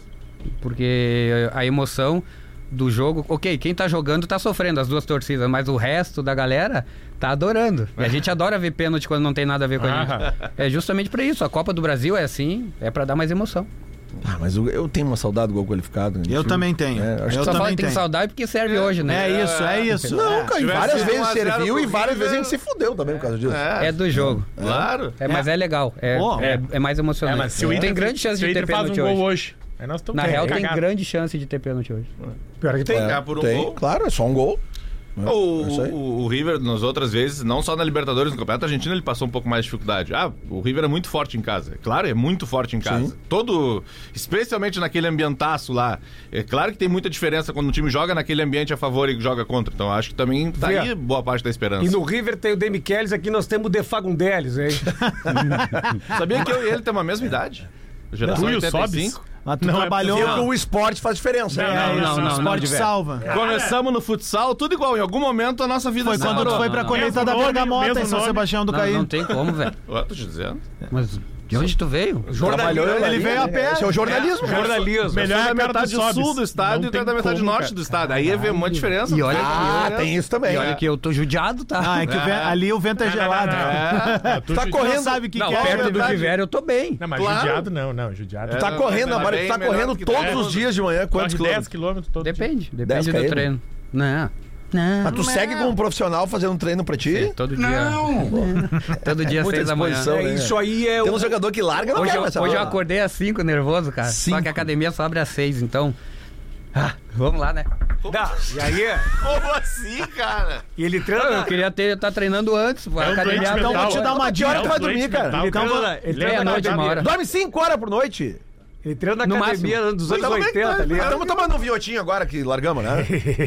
Speaker 7: Porque a emoção do jogo, ok, quem tá jogando tá sofrendo, as duas torcidas, mas o resto da galera tá adorando. E a gente adora ver pênalti quando não tem nada a ver com a gente. É justamente pra isso. A Copa do Brasil é assim, é pra dar mais emoção.
Speaker 4: Ah, mas eu, eu tenho uma saudade do gol qualificado. né?
Speaker 2: Eu também tenho.
Speaker 4: É, acho que
Speaker 2: eu
Speaker 7: Só fala
Speaker 2: também
Speaker 7: que tem
Speaker 2: tenho.
Speaker 7: que saudar porque serve hoje, né?
Speaker 2: É isso, é isso.
Speaker 4: Não, cara, e
Speaker 6: tivesse
Speaker 4: várias
Speaker 6: sido um
Speaker 4: vezes
Speaker 6: a zero
Speaker 4: serviu
Speaker 6: pro
Speaker 4: e várias
Speaker 6: River.
Speaker 4: vezes a gente se fudeu também por causa disso.
Speaker 7: É do jogo.
Speaker 6: Claro.
Speaker 7: É, mas é legal. É,
Speaker 2: Pô,
Speaker 7: é, é mais emocionante. tem grande chance
Speaker 3: se o
Speaker 7: de ter
Speaker 3: Inter faz um
Speaker 7: pênalti
Speaker 3: gol
Speaker 7: hoje.
Speaker 3: hoje. Aí nós estamos
Speaker 7: Na real, tem
Speaker 3: cagados.
Speaker 7: grande chance de ter pênalti hoje.
Speaker 9: Pior que tem.
Speaker 6: É, por um
Speaker 4: tem,
Speaker 6: gol.
Speaker 4: claro, é só um gol.
Speaker 6: O,
Speaker 4: É isso aí.
Speaker 6: o- o River, nas outras vezes, não só na Libertadores, no Campeonato Argentino, ele passou um pouco mais de dificuldade. Ah, o River é muito forte em casa. Claro, é muito forte em casa. Todo. Especialmente naquele ambientaço lá. É claro que tem muita diferença quando um time joga naquele ambiente a favor e joga contra. Então acho que também tá
Speaker 9: Vê.
Speaker 6: aí boa parte da esperança.
Speaker 9: E no River tem o Demi Kellis, aqui nós temos o De Fagundelis, hein?
Speaker 6: Sabia que eu e ele temos a mesma idade? Geração
Speaker 3: Tu e o
Speaker 6: 85.
Speaker 3: Sobs?
Speaker 2: Mas tu
Speaker 3: Não é
Speaker 2: trabalhou.
Speaker 3: possível.
Speaker 4: Porque o esporte faz diferença. né?
Speaker 3: Não,
Speaker 2: É
Speaker 3: não,
Speaker 2: isso,
Speaker 7: não,
Speaker 2: o
Speaker 7: não, não,
Speaker 2: esporte
Speaker 7: de velho.
Speaker 2: salva.
Speaker 6: Começamos no futsal, tudo igual. Em algum momento a nossa vida
Speaker 2: Foi
Speaker 6: se
Speaker 2: quando tu
Speaker 6: separou.
Speaker 2: foi pra
Speaker 7: não.
Speaker 2: colheita
Speaker 3: Mesmo
Speaker 2: da
Speaker 3: nome,
Speaker 2: Bergamota em
Speaker 3: mesmo
Speaker 2: São
Speaker 3: nome.
Speaker 2: Sebastião do
Speaker 7: Não,
Speaker 2: Caí.
Speaker 7: não tem como, velho.
Speaker 6: Ué, tô te dizendo.
Speaker 7: Mas de onde tu veio?
Speaker 4: Trabalhou
Speaker 2: Ele veio a pé.
Speaker 4: Esse é o jornalismo.
Speaker 9: Jornalismo.
Speaker 3: Melhor
Speaker 6: Eu sou
Speaker 3: é
Speaker 6: da
Speaker 3: a cara
Speaker 6: metade
Speaker 3: do Sobs.
Speaker 6: sul do estádio
Speaker 3: Não
Speaker 6: e tu é
Speaker 3: tem
Speaker 6: da metade
Speaker 3: como,
Speaker 6: norte
Speaker 3: cara.
Speaker 6: do estádio. Aí ia ver é uma diferença.
Speaker 7: E olha
Speaker 4: Ah,
Speaker 6: Olha.
Speaker 4: tem isso também.
Speaker 7: E olha que eu tô judiado, tá?
Speaker 2: Ah, é que o ven- ali o vento é gelado.
Speaker 3: É. Tu
Speaker 4: Tá
Speaker 3: ju-
Speaker 4: correndo.
Speaker 2: Não sabe o que,
Speaker 7: não,
Speaker 2: que é.
Speaker 7: perto do
Speaker 2: verdade.
Speaker 7: que vier eu tô bem.
Speaker 3: Não, mas
Speaker 6: Claro.
Speaker 3: judiado não, não, judiado.
Speaker 6: É,
Speaker 4: Tá
Speaker 6: não,
Speaker 4: correndo,
Speaker 6: tá
Speaker 4: Amaro,
Speaker 6: bem
Speaker 4: tu tá
Speaker 6: melhor
Speaker 4: correndo
Speaker 6: que
Speaker 4: todos
Speaker 6: todo
Speaker 4: os
Speaker 6: mundo.
Speaker 4: dias de manhã, quantos
Speaker 3: Corre 10
Speaker 4: quilômetros?
Speaker 3: quilômetros todo dia.
Speaker 7: Depende,
Speaker 4: 10
Speaker 7: depende do
Speaker 4: km.
Speaker 7: treino. Não, não.
Speaker 4: Mas tu segue como um profissional fazendo um treino pra ti?
Speaker 7: Todo dia. Todo dia às
Speaker 4: Muita
Speaker 7: seis da manhã.
Speaker 4: disposição,
Speaker 9: É,
Speaker 4: né?
Speaker 9: Isso aí é
Speaker 4: Tem
Speaker 9: o.
Speaker 4: um jogador que larga, não
Speaker 7: Hoje,
Speaker 4: quer
Speaker 7: eu,
Speaker 4: mais
Speaker 7: hoje eu
Speaker 4: saber.
Speaker 7: acordei às 5 nervoso, cara. Só que
Speaker 4: Cinco?
Speaker 7: a academia só abre às 6, então. Ah, vamos lá, né?
Speaker 9: Dá. E aí, é-
Speaker 6: Como assim, cara?
Speaker 9: e ele
Speaker 5: Ah.
Speaker 7: Eu
Speaker 9: treina.
Speaker 7: queria estar treinando antes, pô.
Speaker 3: É
Speaker 7: a
Speaker 3: um
Speaker 7: academia
Speaker 3: doente
Speaker 7: abre
Speaker 2: Então
Speaker 3: mental.
Speaker 2: vou te dar uma
Speaker 4: Que hora
Speaker 2: dica.
Speaker 4: tu vai dormir, cara?
Speaker 3: Tá,
Speaker 9: Ele
Speaker 3: calma.
Speaker 9: treina, ele treina na
Speaker 7: meia-noite, uma
Speaker 9: academia.
Speaker 7: hora.
Speaker 4: Dorme 5 horas por noite.
Speaker 9: Ele treina na
Speaker 7: No
Speaker 9: academia
Speaker 7: máximo.
Speaker 9: dos anos 80 ali.
Speaker 4: Estamos tomando um viotinho agora que largamos, né?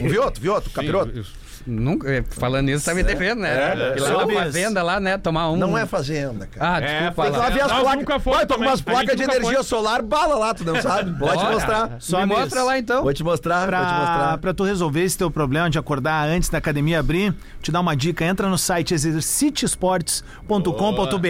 Speaker 4: Um vioto, vioto, capiroto.
Speaker 7: Nunca, eh, falando isso, tá me devendo, né?
Speaker 4: É,
Speaker 7: Ir
Speaker 4: é.
Speaker 7: lá na
Speaker 4: Sabe isso.
Speaker 7: fazenda, lá, né? Tomar um.
Speaker 4: Não é fazenda, cara.
Speaker 7: Ah,
Speaker 6: É,
Speaker 7: desculpa
Speaker 6: foi
Speaker 4: Tem que lá
Speaker 7: lá.
Speaker 4: ver as
Speaker 3: Nós
Speaker 4: placas.
Speaker 3: nunca fomos
Speaker 4: Vai, tô com
Speaker 3: também.
Speaker 4: umas
Speaker 3: A gente
Speaker 4: placas de
Speaker 3: nunca
Speaker 4: energia solar, bala lá, tu não sabe? Vou te
Speaker 7: Bora.
Speaker 4: mostrar.
Speaker 7: Me mostra lá então.
Speaker 4: Vou te mostrar, vou te
Speaker 2: Pra,
Speaker 4: mostrar.
Speaker 2: pra tu resolver esse teu problema de acordar antes da academia abrir, te dar uma dica, entra no site exercitesportes.com.br.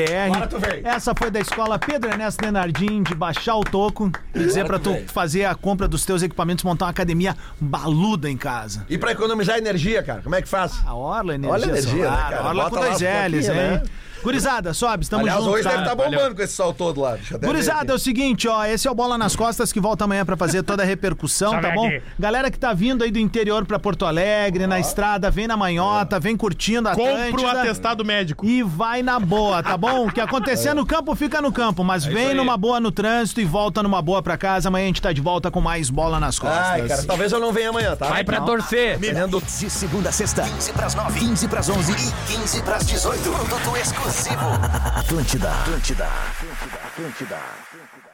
Speaker 2: Essa foi da escola Pedro Ernesto Denardim de baixar o toco e dizer pra tu fazer a compra dos teus equipamentos, montar uma academia baluda em casa.
Speaker 4: E pra economizar energia, cara, como é que faz?
Speaker 2: A Orla Energia
Speaker 4: Olha a energia,
Speaker 2: solar,
Speaker 4: né, cara?
Speaker 2: a Orla
Speaker 4: Bota
Speaker 2: com
Speaker 4: lá
Speaker 2: dois
Speaker 4: as plaquinhas,
Speaker 2: L's, hein?
Speaker 4: né?
Speaker 2: Gurizada, sobe, estamos
Speaker 4: Aliás,
Speaker 2: juntos.
Speaker 4: hoje
Speaker 2: tá?
Speaker 4: deve estar bombando com esse sol todo lá. Deixa eu até ver
Speaker 2: Gurizada, é o seguinte, ó, esse é o Bola nas Costas que volta amanhã pra fazer toda a repercussão, tá
Speaker 3: Sobe
Speaker 2: bom?
Speaker 3: aqui.
Speaker 2: Galera que tá vindo aí do interior pra Porto Alegre, na estrada, vem na
Speaker 4: É.
Speaker 2: manhota, vem curtindo a
Speaker 3: Compra o
Speaker 2: Atlântida
Speaker 3: atestado médico.
Speaker 2: e vai na boa, tá bom? O que
Speaker 4: É.
Speaker 2: acontecer no campo fica no campo, mas vem
Speaker 6: aí.
Speaker 2: numa boa no trânsito e volta numa boa pra casa. Amanhã a gente tá de volta com mais Bola nas Costas.
Speaker 4: Ai, cara, talvez eu não venha amanhã, tá?
Speaker 7: Vai pra torcer.
Speaker 8: De segunda a sexta, 15 pras 9, 15 pras 11 e 15 pras 18. Produto exclusivo. Atlântida. Atlântida. Atlântida. Atlântida.